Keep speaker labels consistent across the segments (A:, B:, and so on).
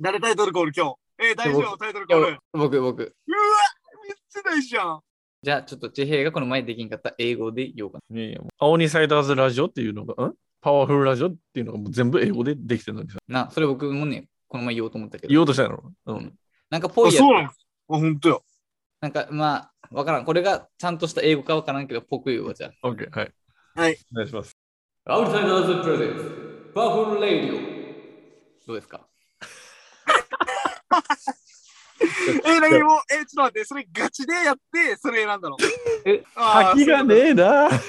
A: 誰タイトルコール今日。えー、大丈夫タイトルコール。うわ
B: 僕、僕。
A: めっちゃ大じゃん。
B: じゃあ、ちょっと地平がこの前できんかった英語で言おうか
C: いやいや、もう青にサイダーズラジオっていうのが、んパワフルラジオっていうのがもう全部英語でできてるのにさ。
B: な。な、それ僕もね、この前言おうと思ったけど。
C: 言おうとしたの。うん。
B: なんかぽ
A: あ、
B: いや
A: そうなんあ、ほんとよ。
B: なんかまあ、わからん。これがちゃんとした英語かわからんけど、ぽく言おうじゃん。
C: オッケー、はい。
A: はい。
C: お願いします。
B: アウトサイダーズプレゼンス、パワフルレイディオ。どうで すか
A: えー、何も、えー、ちょっと待って、それガチでやって、それ選んだの。
B: え、
A: あー
C: きがねえな。
A: そう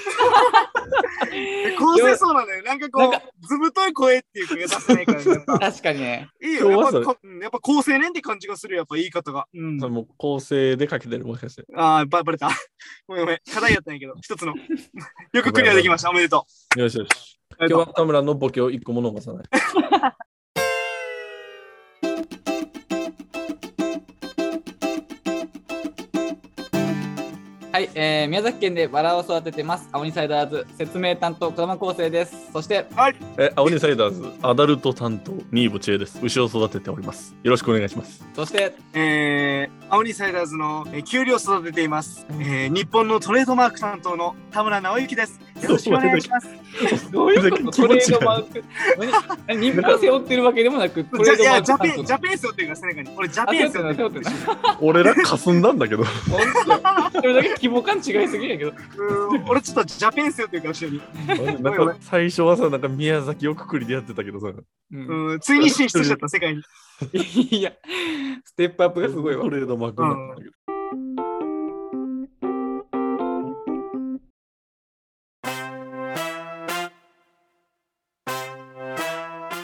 A: え構成そうなんだよ。なんかこ
B: な
A: う、
B: んか
A: ずぶとい声っていうか、出せないから、やっぱ
B: 確かにね。
A: いいよ。やっぱ
C: 今日はそ
A: こうんやっぱ構成ねんって感じがするよ、やっぱ言い方が。うん。
C: もう構成でかけてる、もしかして。
A: ああ、ばバレた。 ごめんごめん。課題やったんやけど、一つの。 よくクリアできました。おめでと
C: よしよし。
A: う。
C: 今日は田村のボケを一個も逃さない。
B: はい、えー、宮崎県でバラを育ててます。青ニサイダーズ説明担当、児玉構成です。そして、
C: え、青にサイダーズ、アダルト担当、ニーボチエです。牛を育てております。よろしくお願いします。
B: そして、
A: えー、青ニサイダーズの、えー、給料を育てています、えー。日本のトレードマーク担当の田村直之です。よろしくお願いします。
C: どういうこと
B: トレードマーク。 何日本背負ってるわけでもなく、ト
A: じ
B: レ
A: ゃ
B: ー
A: い
B: ドマー
A: や、ジャ
B: ク担
A: ペ
B: 当
A: ン、ジャペン背負ってるから、背中に。俺、ジャ
B: あ、
A: ペ
B: 背
A: ン背負
B: 負
A: っ
B: ってて
A: る。
B: るな、背負ってる
C: 俺らかすんだんだけど。
B: な。それだけ規模感違いすぎるけど。
A: うーん俺、ちょっとジャペン背負ってるから、後ろに。
C: なんか 最初はさ、なんか宮崎をくくりでやってたけどさ。
B: う、
A: うんーん、ついに進出しちゃった、世界に。
B: いや、ステップアップがすごいわ
C: ト。レードマークになったけど。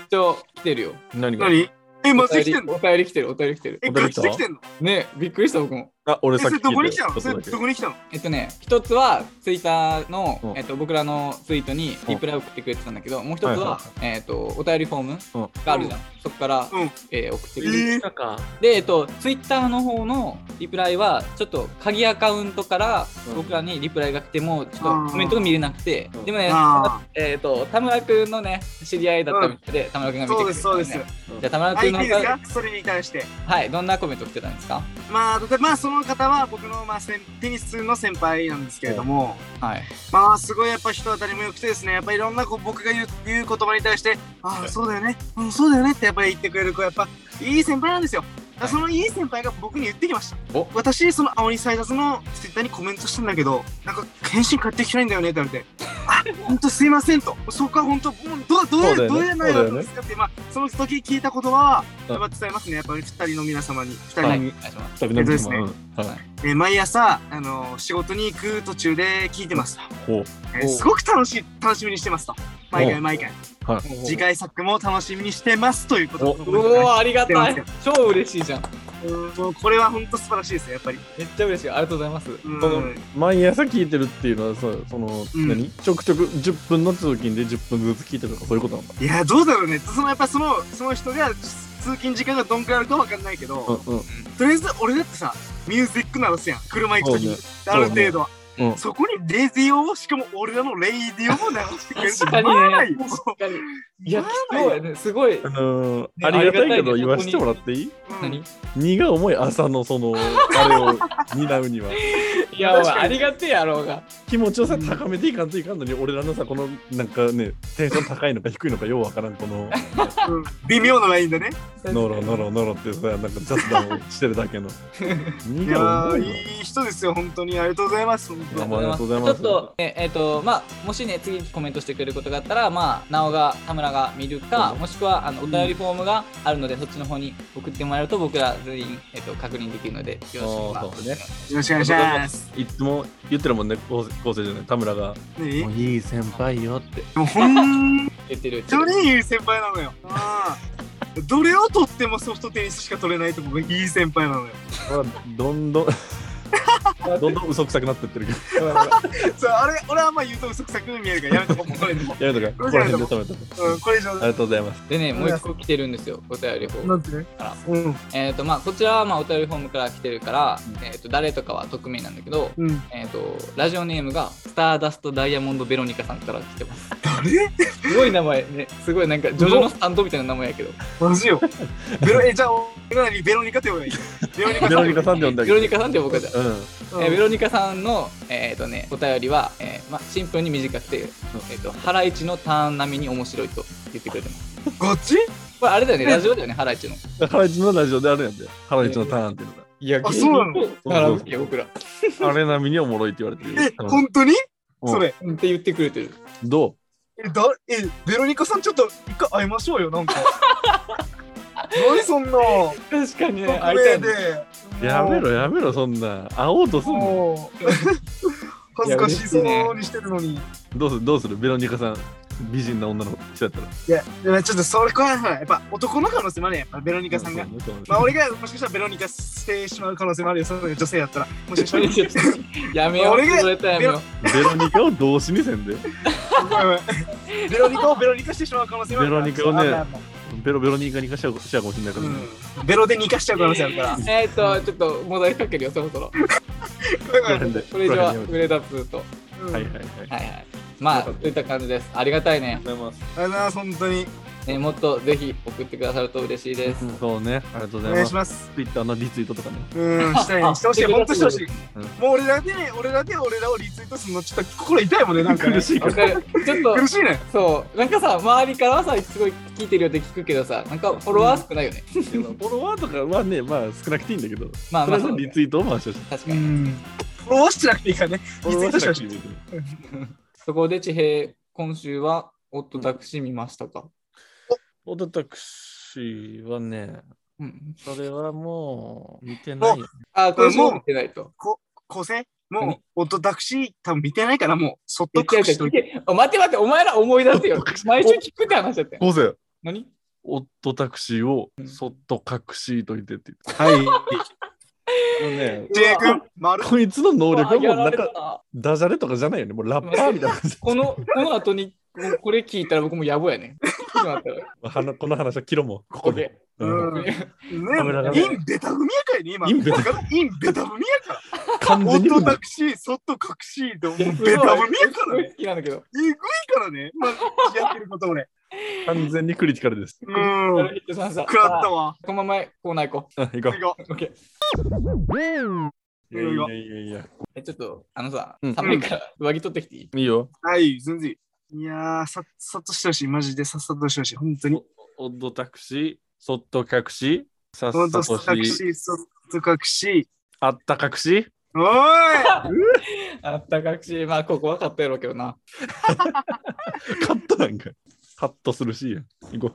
B: 一応来てるよ。
C: 何が
A: 何え、まず来
B: お
A: て
B: 便
A: ん
B: りお
A: の
B: 便り来てる、お便り来てる。
A: え、
C: お便
A: ガ
C: り来た
A: チで来てんの
B: ねえびっくりした僕も。
C: あ、俺
A: え、
C: さっ
A: そ
C: き聞
A: れ
C: い
A: ど
C: たよ。
A: こに来たの
C: ち
A: そ
C: ょ
A: れ
C: っとだけ
A: どこに来たの
B: えっとね、一つはツイッターの、
C: うん
B: えっと、僕らのツイートにリプライ送ってくれてたんだけど、もう一つは、
C: はいは
B: えっと、お便りフォームがあるじゃん。そこから、
A: うん
B: えー送って
A: え
B: くれて。
A: ー、
B: で、えっと、ツイッターの方のリプライは、ちょっと鍵アカウントから
C: うん
B: 僕らにリプライが来ても、ちょっと
A: あー
B: コメントが見れなくて
C: う、ん
B: でもね、
A: あ
B: えっと、田村くんのね、知り合いだったみたいで、田村くんが見てく
A: そう
B: れ
A: です、
B: てた
A: そ
B: ん
A: うです。
B: だよねじゃあ、田村
A: は
B: く
A: い、
B: ん
A: い
B: の
A: い
B: 方
A: です
B: が
A: かそれに対して。
B: はい、どんなコメント来てたんですか
A: まあ、まあ、その方は僕の、まあ、先テニスの先輩なんですけれども、
B: はい。
A: まあ、すごいやっぱ人当たりも良くてですね、やっぱいろんなこう僕が言う言う言葉に対して、ああ、そうだよね、うん、そうだよねってやっぱり言ってくれる子、やっぱいい先輩なんですよ。だからそのいい先輩が僕に言ってきました。
B: お
A: 私、その青にサイダーズのツイッターにコメントしたんだけど、なんか返信返ってきてないんだよねって言 われて、あ、本当すいませんと、そこは本当、もうどうどう
C: そうだよ
A: い
C: ね
A: う、どういう内容
C: そ
A: な
C: うだよ
A: ん
C: ね
A: ですかって、まあ、その時聞いた言葉は、
C: うん
A: やっぱ伝えますね、やっぱり二人の皆様に、二人
B: は
A: の
B: い、お願いします。
C: 旅の
A: えっとで
C: 時
A: すね
C: も。うんはい
A: えー毎朝、あのー仕事に行く途中で聞いてますと、
C: ほう。
A: えー
B: お
A: すごく楽しい楽しみにしてますと毎
C: お
A: 回毎回
C: はい。
A: 次回作も楽しみにしてますということ
B: うおー、ありがたい
A: 出ま。
B: 超嬉しいじゃん。
A: うんもうこれは本当素晴らしいですよやっぱり
B: めっちゃ嬉しい。ありがとうございます。
A: うん
C: その毎朝聞いてるっていうのはさその、
A: うん
C: 何ちょくちょく10分の通勤で10分ずつ聞いてるとかそういうことなんだ
A: いやどうだろうねそのやっぱそのその人が通勤時間がどんくらいあるかわかんないけど、
C: うんうん
A: とりあえず俺だってさミュージックならすやん車行く時に、ある程度は
C: う
A: そ,、
C: ん
A: こにレディオをしかも俺らのレディオを流してくれる
B: 確かにね
A: まあないよ
B: 確かに。いや、
A: ま
B: 貴
A: あないよ
B: 重やね。すごい
C: あ。のー
B: ね
C: ありがたいけど
B: あり
C: 言
B: がたいけど
C: わせてもらっていい
A: うん
B: 何
C: 荷が重い朝のそ のあれを担うにはい
B: や、お
A: 確
B: い
A: かに
B: ありがてえやろうが。
C: 気持ちをさ高めていかんといかんのに俺らのさこのなんかねテンション高いのか低いのかようわからんこ
A: う
C: の
A: ん微妙なラインだね
C: ノロノロノロってさなんか雑談をしてるだけの 荷
A: いや
C: が重
A: ー
C: いわ
A: いい人ですよ、本当に。ありがとうございます。本
C: いや
A: 当
C: もうありがとうございます
B: ちょっと、ええっ、と、まあ、もしね、次にコメントしてくれることがあったら、まあ、なおが、田村が見るか、
C: うん
B: もしくは、あの、お便りフォームがあるので、そっちの方に送ってもらえると、僕ら全員、えっ、と、確認できるので、よろしくお願いします。
C: あーそうね
A: よろしくお願いします。
C: いつも言ってるもんね構成構成じゃない田村が「
A: 何で
C: もういい先輩よ」って
A: も本
B: 言ってるうち
A: 当
B: に。
A: にいい先輩なのよ。あーどれを取ってもソフトテニスしか取れないと僕いい先輩なのよ。
C: ほらどんどんどんどん嘘くさくなってってるけ
A: そうあれ俺はあんま言うと嘘くさく見えるからやめとこう、もうこれでも
C: どやめとかここら辺で止めとこ
A: う。うん、これ以上
C: うありがとうござ います
B: でね、もう一個来てるんですよ、お便りフォーム。
A: なんてね。うん。
B: えっ、と、まあ、こちらは、まあ、お便りフォームから来てるから、えっ、と、誰とかは匿名なんだけど、
A: うん。
B: えっ、と、ラジオネームが、スターダストダイヤモンドベロニカさんから来てます。
A: あれ
B: すごい名前ね。すごいなんか、ジョジョのスタンドみたいな名前やけど。
A: マジよ。ベロ、え、じゃあ、俺らにベロニカって呼べばいい。ベロニカ
C: ベロニカさんで呼んだ
B: ベ
C: け
B: ロ
C: ど
B: ニカさんって僕はじゃあ。
C: うん
B: えーベロニカさんの、えーとね、お便りは、えーま、シンプルに短くて、えー、とハライチのターン並みに面白いと言ってくれてます。
A: ガチ
B: これあれだよね、ラジオだよね、ハライチの。
C: ハライチのラジオであるんやで。ハライチのターンっていうのが。
B: いや
A: あそうなの
B: 並ぶけ僕ら。っ
C: あれ並みにおもろいって言われて
A: え
C: る。、
A: 本当に
C: うん
A: それ。
B: て言ってくれてる。
C: ど
A: え、だ、え、ベロニカさんちょっと一回会いましょうよ、 なんか。何そんな。
B: 確かにね、
A: 匿
B: 会い
A: 名
B: たいね。
A: で。
C: うやめろやめろそんな。会おうとすんの。
A: もう。恥ずかしそうにしてるのに。い
C: どうするどうするベロニカさん。美人な女の人やったら。
A: や、でもちょっとそれ怖いほら、やっぱ男の可能性もあるやん、やっぱベロニカさんが。
C: そうねそうね
A: まあ俺がもしかしたらベロニカしてしまう可能性もあるよ、その女性やったら。もしかした ら。
B: ちょっとやめよう。
A: 俺が
B: それとやめよう。
C: ベロニカを動詞にせんで。
A: ごめんごめんベロニカをベロニカしてしまう可能性もあるから
C: ベロニカをね
A: 危ない危ない
C: ベロベロニカにかしちゃうしちゃうかもしれないからね。
A: うん、ベロでニカしちゃう可能性あるから。
B: えっと、ちょっとモザイクかけるよ、そろそろ。
A: ごめんご
C: こ
A: め
C: こ
A: ん
C: ら辺で
B: それ以上は
C: ここ
B: グ
C: ら
B: レードアップと。は
A: うん
C: 辺ではいはいはい。ありが
B: いはい。まあ、といった感じです。ありがたいね。
C: とうございます。
A: ありがとうございます、本当に。
B: えーもっとぜひ送ってくださると嬉しいです。
C: そうね。ありがとうご
A: お
C: ざい
A: 願
C: ま
A: いし
C: す。
A: ます。
C: Twitter のリツイートとかね。
A: うん、したいね。してほしい、本当してほしい。
C: うん
A: もう俺らで、俺らで俺らをリツイートするの、ちょっと心痛いもんね、なんか、ね。
C: 苦しいか
B: わ
C: ら。
B: かる。ちょっと
A: 苦しいね。
B: そう、なんかさ、周りからはさ、すごい聞いてるよって聞くけどさ、なんかフォロワー少ないよね。
C: フォロワーとかはね、まあ少なくていいんだけど、
B: まあ
C: と
B: ま
C: りあ
B: あ、そう
C: えず
B: だ
C: リ
B: ね
C: ツイートを回してほしい。
B: 確か
A: う
B: に。
A: ん。フォロワーしてなくていいからね。リツイートしてほしい。
B: そこで地平、今週は、おっと、抱くし見ましたか。
C: おとたくしはね、
B: うん。
C: それはもう見て
A: ない
C: よ。
B: あ、今週も見てないと。
A: 構成もう、おとタクシー、多分見てないから、もう、そっと
B: 言って
A: 隠
B: やる
A: し
B: か
A: と
B: ら聞
A: いて。
B: けお待って待って、お前ら思い出せよ。毎週聞くって話だったよ。
C: 昴生、
B: 何
C: おっとタクシーをそっと隠しといてって
A: はい。
C: 言って。もうね、
A: J 君、丸。
C: こいつの能力はもうなん
B: あやられ
C: か、
B: たな
C: ダジャレとかじゃないよね。もうラッパーみたいな感じ。
B: この、この後に、もうこれ聞いたら僕もやぼやね。ちょっと待って
C: はなこの話は切ろうもう、こ
B: こ
C: こ
B: こ
C: で。
B: で。
C: うん
A: うん。ね
C: 油が
A: インベタ踏みやからね、今。
C: インベタ
A: インベタ踏みやから。
C: 完全に
A: 音
C: 踏んだ
A: タクシー、そっと隠しーで、もうベタ
B: す
A: 踏
B: ごい
A: みやからね。
B: 好きなんだけど。
A: えぐいからね。まあ、やってること俺。
C: 完全にクリティカルです。
A: うん。
B: ヒットしました
A: 食らったわ。
B: このままコーナー 行こ
C: あ行こ
A: 行こ
B: う。オッケー
C: う。いやいやいやいや。
B: えちょっと、あのさ、
C: うん
B: 寒いから上着取ってきていい、
C: いいよ。
A: う。はい、全然いい。いやー、さっさっとしてほしい。マジでさっさとしてほしい。本当に。
C: オッドタクシー、そっと隠し、さっ
A: ほん
C: さ
A: と、
C: と
A: タク
C: し、
A: シー、そっと隠し。
C: あった隠し。
A: おーい
B: あったかくし、まあ、ここ分かったやろうけどな。
C: カットなんか。カットするしやん。行こ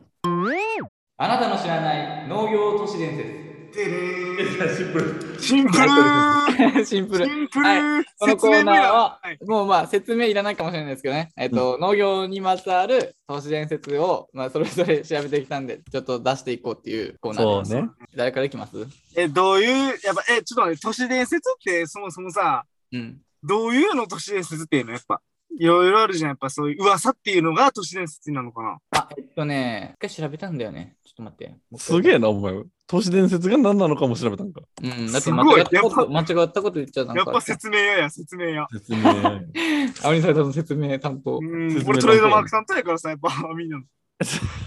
B: あなたの知らない農業都市伝
A: てれー
C: う。シンプル。
A: シンプルー
B: 説。シンプル。
A: シンプル
B: は
A: ー
B: このコーナーは、
A: はい
B: もうまあ説明いらないかもしれないですけどね、えっと農業にまつわる都市伝説を、まあ、それぞれ調べてきたんで、ちょっと出していこうっていうコーナー
C: そ
B: で
C: う
B: す。
C: ね。
B: 誰からいきます
A: え、どういう、やっぱ、え、ちょっと待って、都市伝説ってそもそもさ、
B: うん。
A: どういうの都市伝説っていうのやっぱ。いろいろあるじゃん。やっぱそういう噂っていうのが都市伝説なのかな。
B: あ、えっとね、一回調べたんだよね。ちょっと待って。
C: すげ
B: え。
C: えな、お前。都市伝説が何なのかも調べたんか。
B: うん、だって
A: す
B: 間
A: ごい
B: 違ったこ
A: や
B: と間違ったこと言っちゃうなんか
A: やっぱ説明やや、説明や。
C: 説明。
B: アニサイトの説明担当。
A: うん
C: 説明だ
A: 俺トレードマークさんとやからさ、やっぱみんなの。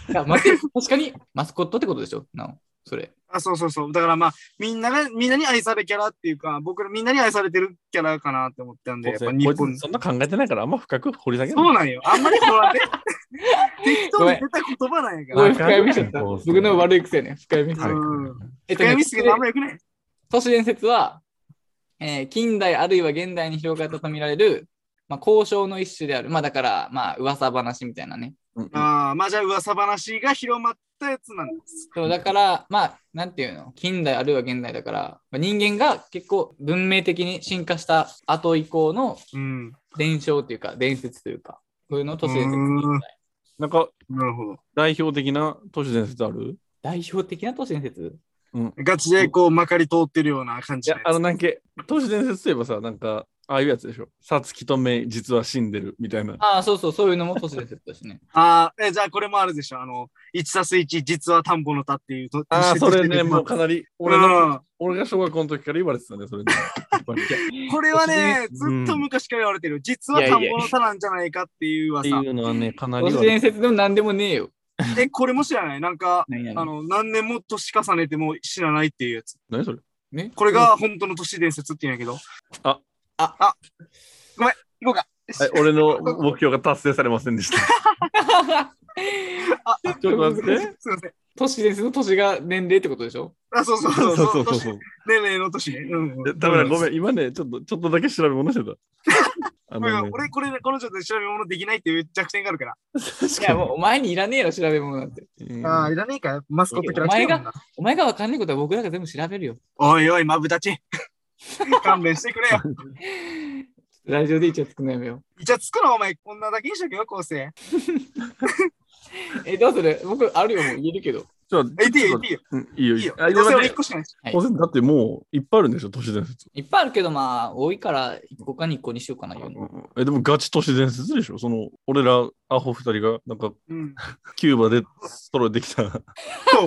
B: いやま確かにマスコットってことでしょなお、それ。
A: あ、そうそうそう。だからまあ、みんなが、みんなに愛されキャラっていうか、僕らみんなに愛されてるキャラかなって思ったんで、やっぱ日
C: こ
A: 本
C: いつ。そんな考えてないから、あんま深く掘り下げ
A: そう
C: な
A: なんよ。あんまりこうやって、適当に出た言葉なんや
B: お
A: か
B: い深読みしちゃった。
C: わかる
B: 僕の悪い癖ね。深読みしちゃ
A: ら。
B: っ
C: い
B: た。
A: うん。
B: えっと
A: 深
B: ね
A: いミスけどあんまよくない。
B: 都市伝説は、えー近代あるいは現代に広がったとみられる、まあ、交渉の一種である。まあだから、まあ噂話みたいなね。
C: うん
A: ああ、まあじゃあ噂話が広まったやつなんです。
B: そうだから、まあ、なんていうの近代あるいは現代だから、まあ、人間が結構文明的に進化した後以降の
A: うん。
B: 伝承というか、伝説というか、そういうのを都市伝説に
A: うん
C: なんか、
A: なるほど。
C: 代表的な都市伝説ある
B: 代表的な都市伝説
A: ガチでこう、まかり通ってるような感
C: い
A: じの
C: や
A: や、つ
C: あの、なんか、都市伝説といえばさ、なんか、ああいうやつでしょ。さつきとめい、実は死んでる、みたいな。
B: ああ、そうそう、そういうのも都市伝説だしね。
A: ああ、え、じゃあこれもあるでしょ。あの、1たす1、実は田んぼの田っていうと。
C: ああ、それね、もう
A: も
C: かなり、
A: 俺
C: 俺の
A: の。
C: 俺が小学校の時から言われてたね、それね。当に。
A: これはね、ず
C: うん
A: っと昔から言われてる。実はい田
B: や
A: ん
B: いや
A: ぼの田なんじゃないかっていう
C: って
A: 噂。
C: いうのはね、か な
B: 都
C: り
B: 市
C: は。
B: 伝説でも何でもねえよ。
A: え、これも知らない。なんか、
B: 何々
A: あの、何年も年重ねても知らないっていうやつ。
C: 何それ
B: ね、
A: これが本当の都市伝説って言うんやけど。
C: あ、
A: あ、あ、ごめん、行こうか。
C: はい、俺の目標が達成されませんでした。 ちょっと待って。
A: すいません。
B: 都市伝説の都市が年齢ってことでしょ
A: あ、そうそう
C: そ
A: そううそ
C: そううそう
A: 年
C: そう。
A: 年齢の年ね。うん
C: えダメだ、ごめん。今ね、ちょっと、ちょっとだけ調べ物してた。あ
A: ごめん
C: のね、
A: 俺、これ、このちょっと調べ物できないっていう弱点があるから。
B: いや、もうお前にいらねえろ、調べ物なんて。
C: うん
A: ーいらねえかマス
B: お前が
A: だもんな
B: お前がわかんないことは僕らが全部調べるよ。
A: おいおい、マブダチ。勘弁してくれよ。
B: ラジオでイチャつくのやめよ
A: じゃあ、つくのお前、こんなだけにしとけよ、構成。
B: う。え、どうする僕あるよ、もう言えるけど。
C: ちょ
A: え、いっていいよ、いいよ。
C: うんいいよ、
A: いいよ。
C: あ、い
A: ど
C: や
A: うせ
C: 待
A: 俺
C: っ
A: 1
C: て
A: 個しかないし。
B: はい
C: 当然だってもういっぱいあるんでしょ、都市伝説。
B: いっぱいあるけど、まあ、多いから1個か2個にしようかな、よ
C: え、でもガチ都市伝説でしょその、俺らアホ二人が、なんか、
A: うん。
C: キューバでソロできた、
A: そう。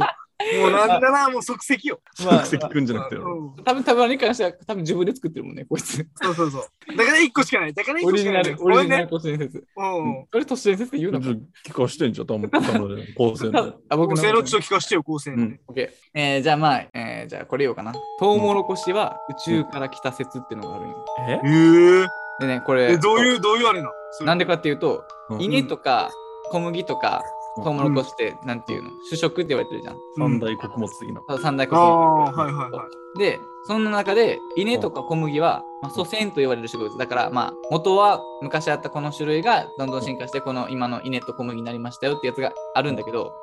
A: もうなんだな、もう即席よ。
B: まあ
C: 即席くんじゃなくて
A: う
C: よ。
A: ん
B: 多分、多分あれに関しては、多分自分で作ってるもんね、こいつ。
A: そうそうそう。だから1個しかない。だから1
B: オ
A: 個
B: リ
A: し
B: ジ
A: か
B: ナ
A: ない
B: ル。、オリジナ
A: ね
B: ル。都市伝説。
A: うん。
B: これ都市伝説って言う
C: ち
B: の
C: ょっ
B: か
C: と聞かしてんじゃん、たぶん、構成 の。
B: あ、僕
A: 構成の
B: の
A: ちょっと聞かしてよ、構成
C: う
A: の
C: ん。
B: OK えー、じゃあまあ、えー、じゃあこれ言おうかな。トウモロコシは宇宙から来た説っていうのがあるんよ
C: え
A: へえ。
B: でね、これ、
A: え、どういう、どういうあれなの
B: なん
A: で
B: でかっていうと、
C: うん
B: 稲とか小麦とか
C: うん
B: トウモロコシって、なんていうの主食って言われてるじゃん。
C: 三大穀物的な。
B: そう三大
A: あ
B: 穀
A: あ、
B: 物。
A: はいはいはい。
B: で、そんな中で、稲とか小麦は、まあ、祖先と言われる植物。だから、まあ、元は昔あったこの種類がどんどん進化して、この今の稲と小麦になりましたよってやつがあるんだけど、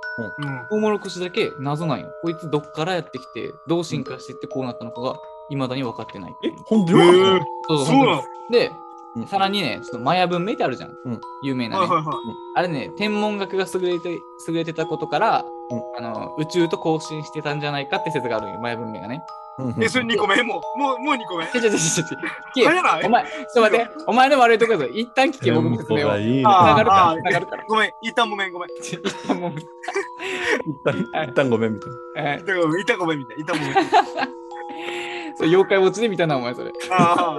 A: うん。
B: トウモロコシだけ謎なんよ。こいつどっからやってきて、どう進化していってこうなったのかが、未だに分かってないって
C: え
B: いう。、
C: ほんと
A: へえ
C: よ。
B: そう
A: そうなの
B: で、
C: うん
B: さらにね、そのマヤ文明ってあるじゃん。
C: うん
B: 有名な
A: は
B: ね、
A: いはいは
B: あれね、天文学が優れて優れてたことから、
C: う
B: あの、宇宙と交信してたんじゃないかって説があるんよ、マヤ文明がね。
A: い。え、それ2個目もう、もう、もう2個目。
B: ちょちょちょちょちょ聞
A: あれ
B: け
A: やな
B: お前、ちょっと待って、お前の悪いところだぞ。一旦聞け、僕の説
C: テン
B: 明
C: ポ
B: を。
C: が
B: つ
C: いいね。
A: あ
B: な
A: ー
B: がるから、
A: あ
B: つながるから。
A: ごめん、一旦ごめん、ごめん。
B: ちょ一旦もう、
C: 一旦一旦ごめんみたい
B: え
A: 一旦ごめん、一旦ごめんみたい。一旦ごめん。
B: ーそう妖怪ウォッチで見たな、お前それ。
A: ああ、あ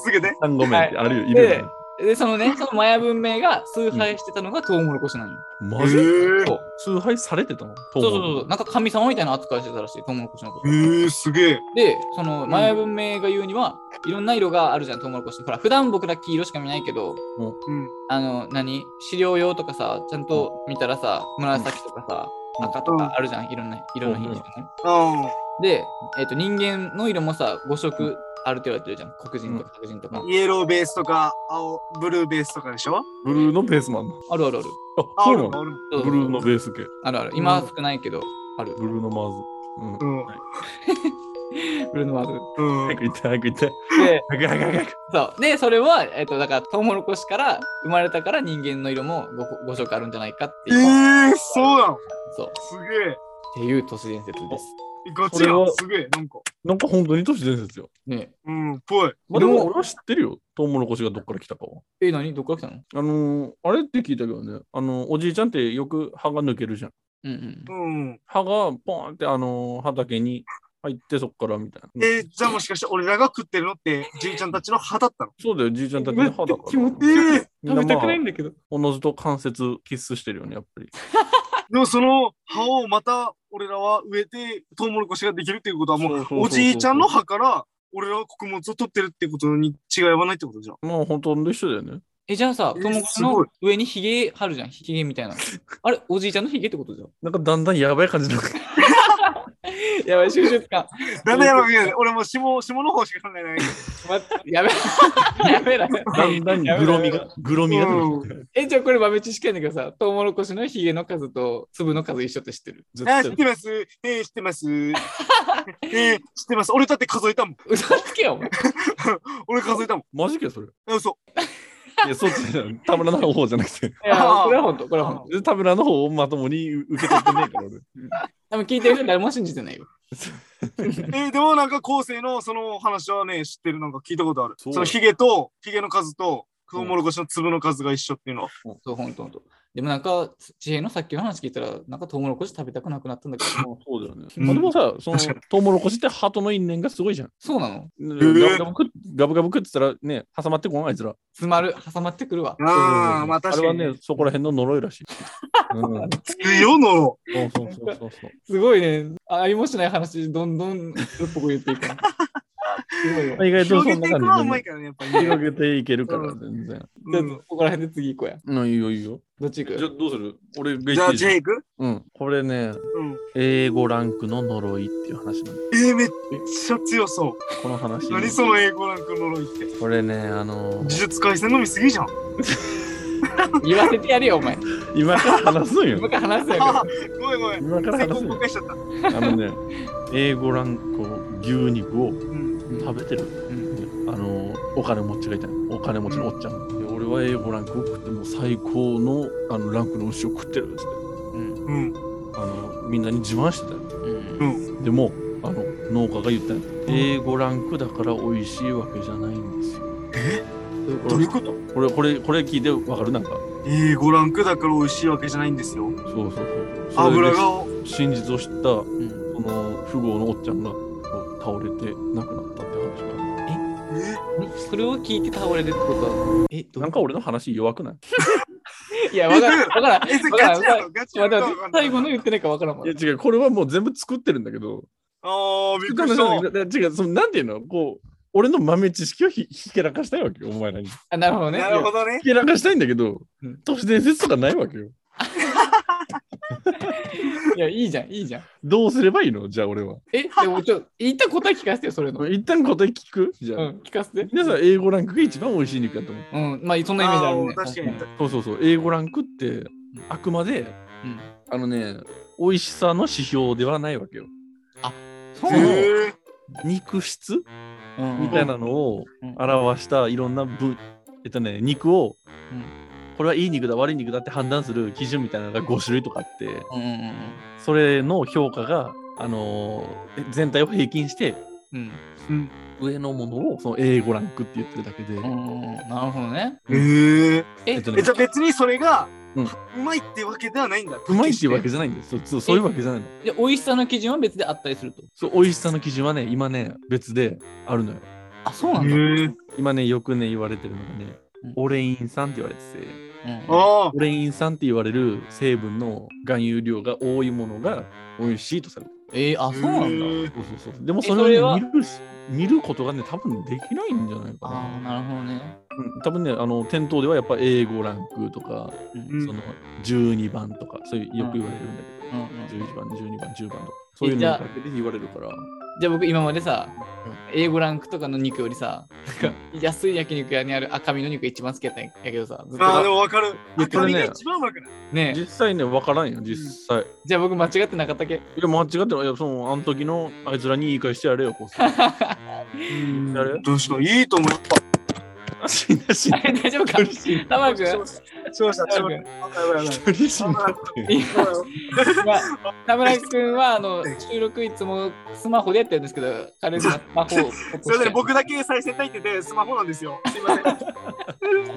A: 続けて。
C: な。一旦ごめんってあるよ、いるよね。
B: で、そのね、そのマヤ文明が崇拝してたのがトウモロコシなのよ。
C: マジ
A: え
B: そう
C: 崇拝されてたの
B: そうそうそうそう。なんか神様みたいな扱いしてたらしい、トウモロコシのこと。
A: えー、すげえ。
B: で、そのマヤ文明が言うには、いろんな色があるじゃん、トウモロコシって。ほら、普段僕ら黄色しか見ないけど、
A: うん。
B: あの、何飼料用とかさ、ちゃんと見たらさ、紫とかさ、
C: うん
B: 赤とかあるじゃん、いろんな色の品種がね。
A: あ
B: で、えっ、と、人間の色もさ、5色あるって言われてるじゃん、黒人とか白人とか
A: あ、。イエローベースとか、青、ブルーベースとかでしょ
C: ブルーのベースマンだ。
B: あるあるある。
C: あ、
A: あ、
C: そ
A: お
C: う
A: る
C: な
A: もん、おるも
C: の
A: ん。
B: そうそう
C: ブルーのベース系。
B: あるある。今は少ないけど、ある。
C: ブルーのマーズ。うん。
A: うん。
B: ブルーノマーズ。
A: うん
C: 早く行って、早く行って。
B: で、
C: 早く早く早く。
B: そう。で、それは、えっ、と、だから、トウモロコシから生まれたから人間の色も 5, 5色あるんじゃないかって
A: え
B: いう。
A: ー、そうなの
B: そう。っ
A: すげえ。
B: ていう都市伝説です。
A: ガチやん。すげえ、なんか。
C: なんか本当に都市伝説よ。
B: ね
A: うん、ぽい。
C: まあ、でも
B: でも
C: 俺は知ってるよ。トウモロコシがどっから来たかは。
B: え。え、何どっから来たの
C: あのー、あれって聞いたけどね。あのー、おじいちゃんってよく歯が抜けるじゃん。
B: うんうん
A: う。ん。
C: 歯がポーンってあのー畑に入ってそっからみたいな。
A: えー、じゃあもしかして俺らが食ってるのって、じいちゃんたちの歯だったの
C: そうだよ、じいちゃんたちの歯だから。
A: えー、
C: みんなまあ、
B: だけど。
C: おのずと関節キスしてるよね、やっぱり。
A: でもその歯をまた俺らは植えてトウモロコシができるっていうことはも
C: そう
A: う
C: そうそうそう
A: おじいちゃんの歯から俺らは穀物を取ってるってことに違いはないってことじゃん。
C: まあ、本当の一緒だよね。
B: え、じゃあさ、
A: え
B: トウモロコシ
A: すご
B: の
A: い
B: 上にヒゲ貼るじゃん。ヒゲみ たいな。あれ、おじいちゃんのヒゲってことじゃん。
C: なんかだんだんやばい感じの。
B: やばい、収集つかん。
A: だめだろうけど俺もう下下の方しか考え ない。
B: ま、 やべ、 やべな。
C: だんだんグロみが、グロみが出てきて。
B: え、じゃあこれ豆知識やねんけどさ、トウモロコシのヒゲの数と粒の数一緒って知ってる。
C: 絶
A: あ
C: 対
A: 知ってます。えー、知ってます。 えー、知ってます。俺だって数えたもん。
B: 嘘つけよ、お前。
A: 俺数えたも
C: マジかそれ。
A: ん。嘘。
C: いや、そっちじゃない田村の方じゃなくて。
B: い や、これは本当、これは本当。
C: 田村の方をまともに受け取ってねえから俺。
B: 多分聞いてる人誰も信じてないよ。
A: えー、でもなんか後世のその話はね、知ってるなんか聞いたことある。
C: そ
A: そうのヒゲとヒゲの数とトウモロコシの粒の数が一緒っていうのは。
B: そう、本当本当。でもなんか、地平のさっきの話聞いたら、なんかトウモロコシ食べたくなくなったんだけど、もう
C: そうだよね。
A: うん
C: まあでもさ、その
A: 確かに
C: トウモロコシってハトの因縁がすごいじゃん。
B: そうなの
C: ガブガブ食っガブガブ食ってたらね、挟まってこんあいつら。
B: 詰まる、挟まってくるわ。
A: ああ、まあ確か
C: あれは
A: に
C: ね。、そこら辺の呪いらしい。うん、
A: 強のろ。
C: そうそうそうそうそう。
B: すごいね、ありもしない話、どんどん嘘っぽく言っていくな。すごいわ
C: まあ。意外
A: 広
C: とそ
A: げ
C: ん
A: て
C: ない
A: く
C: 感
A: のは
C: じ
A: う
C: で
A: まい
C: ね
A: からね、やっぱりね。
C: 広げていけるから、全然。
B: じゃあ
A: うん
B: ここら辺で次行こうや。
C: うん、いいよいいよ。
B: どっち行く
C: どうする俺が
A: じゃあ、ジェイク
C: うん。これね、
A: うん。
C: 英語ランクの呪いっていう話なんだ。
A: えー、めっちゃ強そう。
C: この話。
A: 何その英語なんか呪いって。
C: これね、あの
A: 呪
C: ー、
A: 術改戦の見すぎじゃん。
B: 言わせてやれよ、お前。
C: 今から話す
B: 今
C: んよ。
B: から話すや
A: あ
B: か
A: あ、ごめんごめん。
C: 今から
A: 成
C: 話
A: 功
C: すん
A: 公
C: よ。
A: 開しちゃった。
C: あのね、英語ランクの牛肉
A: う
C: を
A: ん。
C: 食べてる、
B: ん
C: あのお金持ちがいたのお金持ちのおっちゃん、で俺は A5 ランクを食ってもう最高のあのランクの牛を食ってるっつって
B: うん
A: うん。
C: あのみんなに自慢してたよ
B: うん
A: うん。
C: でもあの農家が言ったの A5 ランクだから美味しいわけじゃないんですよ
A: どういうこと
C: これこれこれ聞いてわかるなんか
A: えー、5ランクだから美味しいわけじゃないんですよ。
C: そうそうそうそれ
A: 油
C: で
A: が。
C: 真実を知ったこ
B: うん
C: の富豪のおっちゃんがこう倒れて亡くなったって話がある
A: え
B: それを聞いて倒れるってことはえどう
C: なんか俺の話弱くない
B: いや、わからん。わからん。
A: え、それ
B: わか
A: ガ
B: らん
A: チなのガチ
B: 待
A: な
B: っ
A: の
B: て待って最後の言ってないかわからんわ
C: いや。違うこれはもう全部作ってるんだけど
A: ああ、びっくりした
C: なん。だけど違う、そのなんていうのこう、俺の豆知識をひひけらかしたいわけよ、お前らに。ひ
B: あなるほどね。
A: なるほどね。
C: けらかしたいんだけど
B: うん、
C: 都市伝説とかないわけよ。
B: いや、いいじゃん、いいじゃん。
C: どうすればいいのじゃあ俺は。
B: え、でもちょ、言った答え聞かせてよ、それの。
C: 一旦答え聞くじゃ
B: う
C: あ。
B: ん、聞かせて。
C: 皆さん、A5 ランクが一番美味しい肉だと思
B: う
C: う。
B: ん、まあ、そんなイメージあ
A: あ
B: る
A: ー
B: ね。
A: 確かに。
C: そうそうそう、A5 ランクって、あくまで、
B: うん
C: あのね、美味しさの指標ではないわけよ。
B: そうなの
A: へえ。
C: 肉質
B: うんうん
C: みたいなのを
B: うん
C: 表したいろんな分、えっとね、肉を、
B: うん
C: これはいい肉だ、悪い肉だって判断する基準みたいなのが5種類とかあって。
B: うんうんうん
C: それの評価が、あのーえ全体を平均して
B: うん
A: うん。
C: 上のものをその A5 ランクって言ってるだけで、
B: うんうんうんなるほどね。
A: へえ。
B: え
C: えっと
A: え、
C: ね
A: じゃあ別にそれが、
C: うん
A: うまいってわけではないんだ。
C: うまいっていうわけじゃないんですそうそうそういうわけじゃないの
B: で、美味しさの基準は別であったりすると。
C: そう美味しさの基準はね今ね別であるのよ
B: あ、そうなんだ。
A: へえ。
C: 今ねよくね言われてるのがね、
B: うん
C: オレイン酸って言われてて
B: うん
A: ああ
C: オ。レイン酸って言われる成分の含有量が多いものが美味しいとされる
B: えー、あ、そうなんだ。
A: だ。
C: そうそうそうでも
B: え
C: それ
B: そ
C: を、
B: れ
C: ね、見るし見ることがね多分できないんじゃないかな
B: ああ、なるほどね。
C: うん多分ねあの店頭ではやっぱ A5 ランクとか、
B: うん
C: その12番とかそういうよく言われるんだけ
B: うんうん
C: ど、11番12番10番とかそういうのだけで言われるから
B: じゃあ僕今までさ、A5 ランクとかの肉よりさ、なんか安い焼肉屋にある赤身の肉が一番好きやったんやけどさ、ずっ
A: ああ、で
B: と
A: もわかる。
C: いやこ
A: 赤
C: れ
A: 身
C: ね
A: が一番うまくない。
B: ねえ
C: 実際ね分からんよ実際
B: じゃあ僕間違ってなかったっけ
C: いや間違ってないいやそのあの時のあいつらに言い返してやれ よこうやる
A: どうしたいいと思う。
C: 死んだ死んだ
B: 大丈夫かタマ君
A: そうした、
B: タ
A: そうした。や
B: マ君
A: ばいやばいやばい
C: 一人死んだ って
A: やばい
B: 今田村君はあの収録いつもスマホでやってるんですけど、彼のスマホを落として。
A: すいません、僕だけ最先端行ってて、スマホなんですよ。すいません。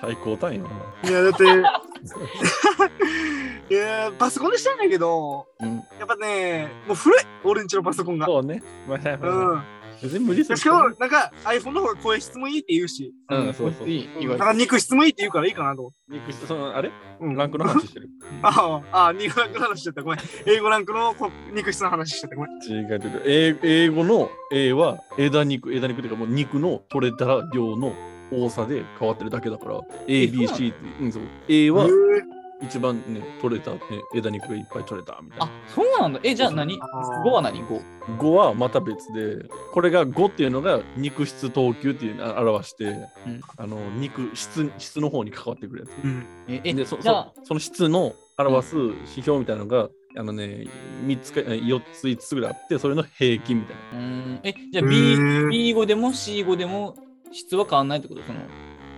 C: 最高単位や
A: いや、だって、 いや、パソコンにしたいんだけど、
C: なうん
A: やっぱね、もう古い、俺んちのパソコンが。
C: そうねまあ
A: う
C: 別に無理す
A: ん。
C: る
A: しかも、なんか iPhone の方が声質もいいって言うし、
C: うんそうそう
B: いい、いい
A: な
B: わ
A: んか肉質もいいって言うからいいかなと思って。
C: 肉質そのあれ
A: うん
C: ランクの話してる
A: ああ、ああ、肉ランクの話しちゃった。ごめん。英語ランクのこ肉質の話しちゃった。ごめん。
C: 違う違う英英語の A は枝肉枝肉というかもう肉の取れた量の多さで変わってるだけだから
B: えそうなの
C: ABC って、うん、そう A は
A: へえ
C: 一番ね取れた、ね、枝肉がいっぱい取れたみたい
B: あ
C: な、
B: そうなんだ。え、じゃあ何 ?5 は何 ?5。
C: 5はまた別でこれが5っていうのが肉質等級っていうのを表して、
B: ん
C: あの肉質質の方に関わってくるや
A: うん。
B: え、
C: つ
B: え
C: でそ
B: じゃあ、
C: そその質の表す指標みたいなのが、あのね3つか4つ5つぐらいあってそれの平均みたい
B: う
C: な
B: ーんえ、じゃあ
A: へ
B: B、
A: ー
B: B5 でも C5 でも質は変わんないってことその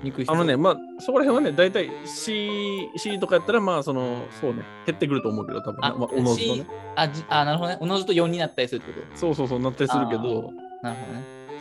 B: 肉質。
C: あのね、、まあ、そこら辺はね、大体 C, C とかやったら、まあ、その、そうね、減ってくると思うけど、多分、
B: あ、
C: まあ、おのずと
B: C
C: ね。
B: あ、じあ、なるほどね。おのずと4になったりするってこと。
C: そうそうそう、なったりするけど、
B: なるほどね。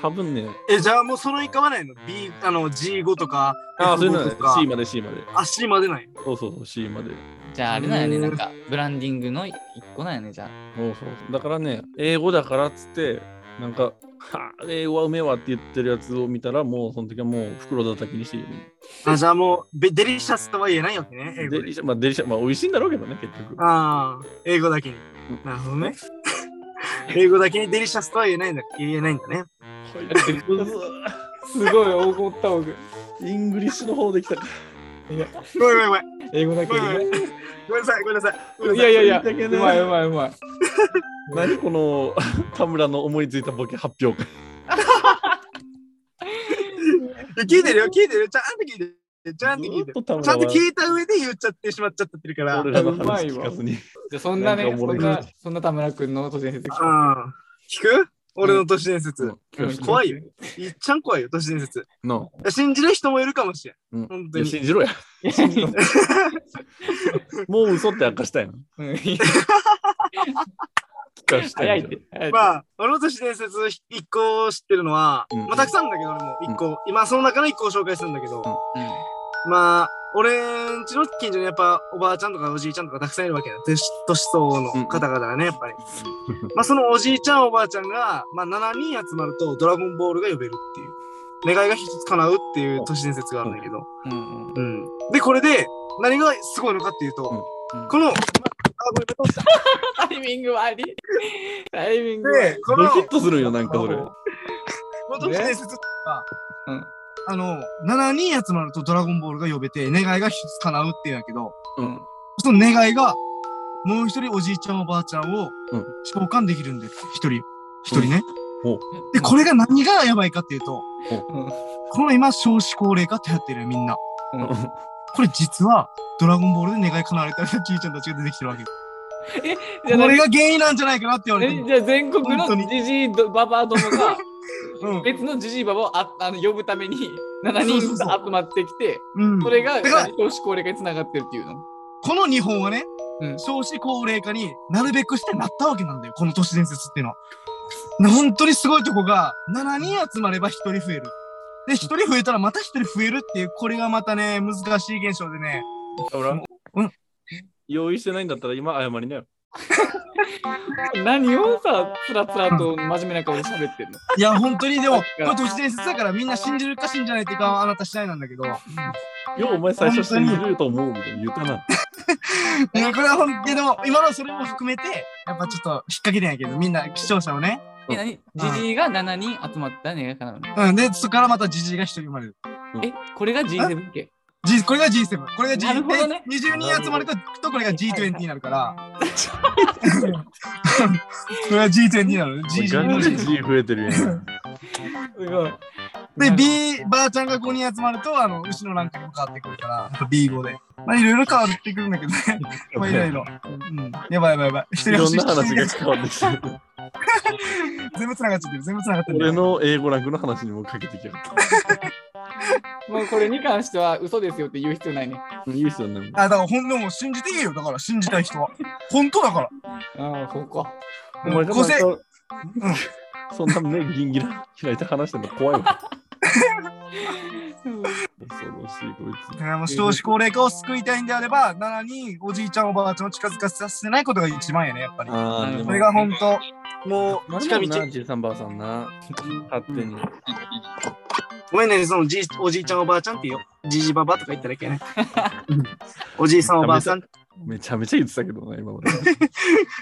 C: 多分ね、
A: え、じゃあもうその以下はないの ?B、あの、G5 とか、
C: ああ、そういうの
A: F5
C: ね
A: と、か
C: C まで C まで。
A: あ、C までない。
C: そうそうそう、C まで。
B: じゃああれなんやね、
A: うん
B: なんかブランディングの一個なんやね、じゃ あ。
C: そうそう。だからね、英語だからっつって、なんか、はあ、英語はうめえわって言ってるやつを見たら、もうその時はもう袋叩きにしていいよね。
A: あ、じゃあもう、ベデリシャスとは言えないわけね。英語
C: デ
A: で
C: リシャ、まあ、デリシャ、まあ、美味しいんだろうけどね、結局。
A: ああ、英語だけに。なるほどね。 英語だけにデリシャスとは言えないんだ言えないんだね。
C: こいつむず
B: すごい怒った僕。
C: イングリッシュの方できたか。
A: ごめんごめん
B: 英語だ
A: けでねごめん。ごめんなさい、ごめんなさい。ごめん
B: い
A: なさい
B: やいやいや、
C: それだけ
B: う
C: ね
B: まいうまいうまい。
C: 何この田村の思いついたボケ発表会。
A: 聞いてるよ、聞いてるよ。ちゃんと聞いてる。ちゃんと聞いて
C: ず
A: る
C: っ。と田
A: ちゃん
C: 村
A: と
C: は
A: 聞いた上で言っちゃってしまっちゃってるから。
C: 俺らの話聞かずに。
B: じゃあそんな
C: な
B: ね、
C: んかお
B: そ
C: もろ
B: ん
C: い
B: な、そんな田村君の都市伝説聞こ
A: うん。聞く俺の都市伝説。
B: うん
A: 怖いよ。いっちゃん怖いよ、都市伝説。
C: の、
A: 信じる人もいるかもしれん。
C: うん
A: 本
C: い
A: 当
C: や
A: に。
C: 信じろや。
B: う
C: もう嘘って明かしたいの。
B: うん
C: 聞かした
B: 早い
C: い
B: っ
C: の。
B: て。早いって
A: まあ、俺の都市伝説一個知ってるのは、
C: うん
A: まあたくさんあるんだけど、俺も一個、今その中の一個を紹介するんだけど、
B: うん
A: まあ、俺んちの近所にやっぱおばあちゃんとかおじいちゃんとかたくさんいるわけだ。年年相応の方々がね、やっぱり。まあそのおじいちゃんおばあちゃんが、まあ7人集まるとドラゴンボールが呼べるっていう。願いが一つ叶うっていう都市伝説があるんだけど。
B: うんうん
A: うん。で、これで何がすごいのかっていうと、
B: うん
A: この、あ、ごめんなさい
B: タイミング悪い。タイミング悪い
A: で、こ
C: ド
A: の、
C: キッとするよ、なんかそれ。
A: 元々伝説とか、
B: うん
A: あの、7人集まるとドラゴンボールが呼べて、願いが一つ叶うっていうんやけど、
B: うん
A: その願いが、もう一人おじいちゃんおばあちゃんを
C: うん
A: 召喚できるんです。一人。一人ね。
B: え
A: で、これが何がやばいかっていうと、
B: うんうん
A: この今少子高齢化ってやってるよみんな。これ実は、ドラゴンボールで願い叶われたじいちゃんたちが出てきてるわけ。こ
B: じゃあ
A: れが原因なんじゃないかなって言われて
B: え
A: る。
B: じゃあ全国
A: 本当
B: の
A: に
B: ジジイどババアどもが
A: うん
B: 別のジジイババアをああの呼ぶために7人
A: そうそうそう
B: 集まってきて
A: うん
B: それが
A: だから
B: 少子高齢化につながってるっていうの。
A: この日本はね、
B: うん
A: 少子高齢化になるべくしてなったわけなんだよ、この都市伝説っていうのは。な本当にすごいとこが、7人集まれば1人増える。で、1人増えたらまた1人増えるっていう、これがまたね、難しい現象でね。
C: ほら
A: うん。
C: 用意してないんだったら今謝りなよ。
B: 何をさつらつらと真面目な顔で喋ってんの
A: いや、本当にでも、これ都市伝説だからみんな信じるか信じないっていうか、あなた次第なんだけど。い
C: よう、お前最初信じると思うみたいに言ったな。
A: や、これは本当にでも、今のそれも含めて、やっぱちょっと引っ掛けてんやけど、みんな視聴者をね。
B: え何ジジイが7人集まった願いかなの
A: うん、で、そこからまたじじいが1人生まれる。
B: えこれが G7 系
A: G これが G7。これが G7。
B: なるほどね
A: で20人集まると、とこれが G20 になるから。 これが G20 になる。
C: ガンガン
A: G20。
C: G 増えてるやん。
B: すごい
A: で、B、ばあちゃんが5人集まると、あの、牛のランクにも変わってくるから、B5 で。まあ、いろいろ変わってくるんだけどね。 まあ、いろいろ。うん。やばいやばいやばい。一人
C: いろん
A: 一
C: な
A: 人
C: 話が変わってきてる。
A: 全部繋がっちゃってる。全部繋がってる。
C: 俺の英語ランクの話にもかけてきやがった。
B: もうこれに関しては嘘ですよって言う必要ないね
C: いい人なんだもん。
A: あ、だから、ほんでも信じていいよ。だから、信じたい人は。本当だから。
B: ああそうか
C: お前が
A: 個性
C: なんかそんな目ギンギラ開いて話してんの怖いわ。恐ろしいこい
A: だからもう少子高齢化を救いたいんであれば、7人、おじいちゃん、おばあちゃんを近づかせさせないことが一番やね、やっぱり
C: つ。。あ
B: ーでも
A: これが本当もう近道。
C: 13番さんな。勝手に。
A: ごめんね、そのじいおじいちゃんおばあちゃんってよ。じじばばとか言っただけやね。おじいさんおばあさん。
C: めちゃめちゃ言ってたけどな、今まで。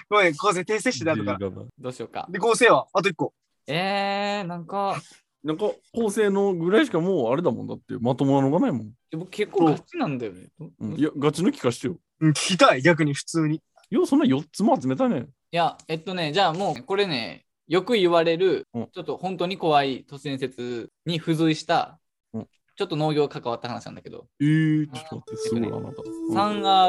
A: ごめん、構成訂正してたとから。
B: どうしようか
A: で、構成はあと一個。
B: えー、なんか
C: なんか、構成のぐらいしかもうあれだもんだって、まともなのがないもん。
B: 僕結構ガチなんだよね
C: うんいや、ガチの聞かしてよ。
A: うん、聞きたい、逆に普通に。
C: よう、そんな4つも集めたね。
B: いや、えっとね、じゃあもうこれね、よく言われる、
C: うん
B: ちょっと本当に怖い都市伝説に付随した、
C: うん
B: ちょっと農業関わった話なんだけど、
C: えー、ちょっと待って、すごいな、あなた。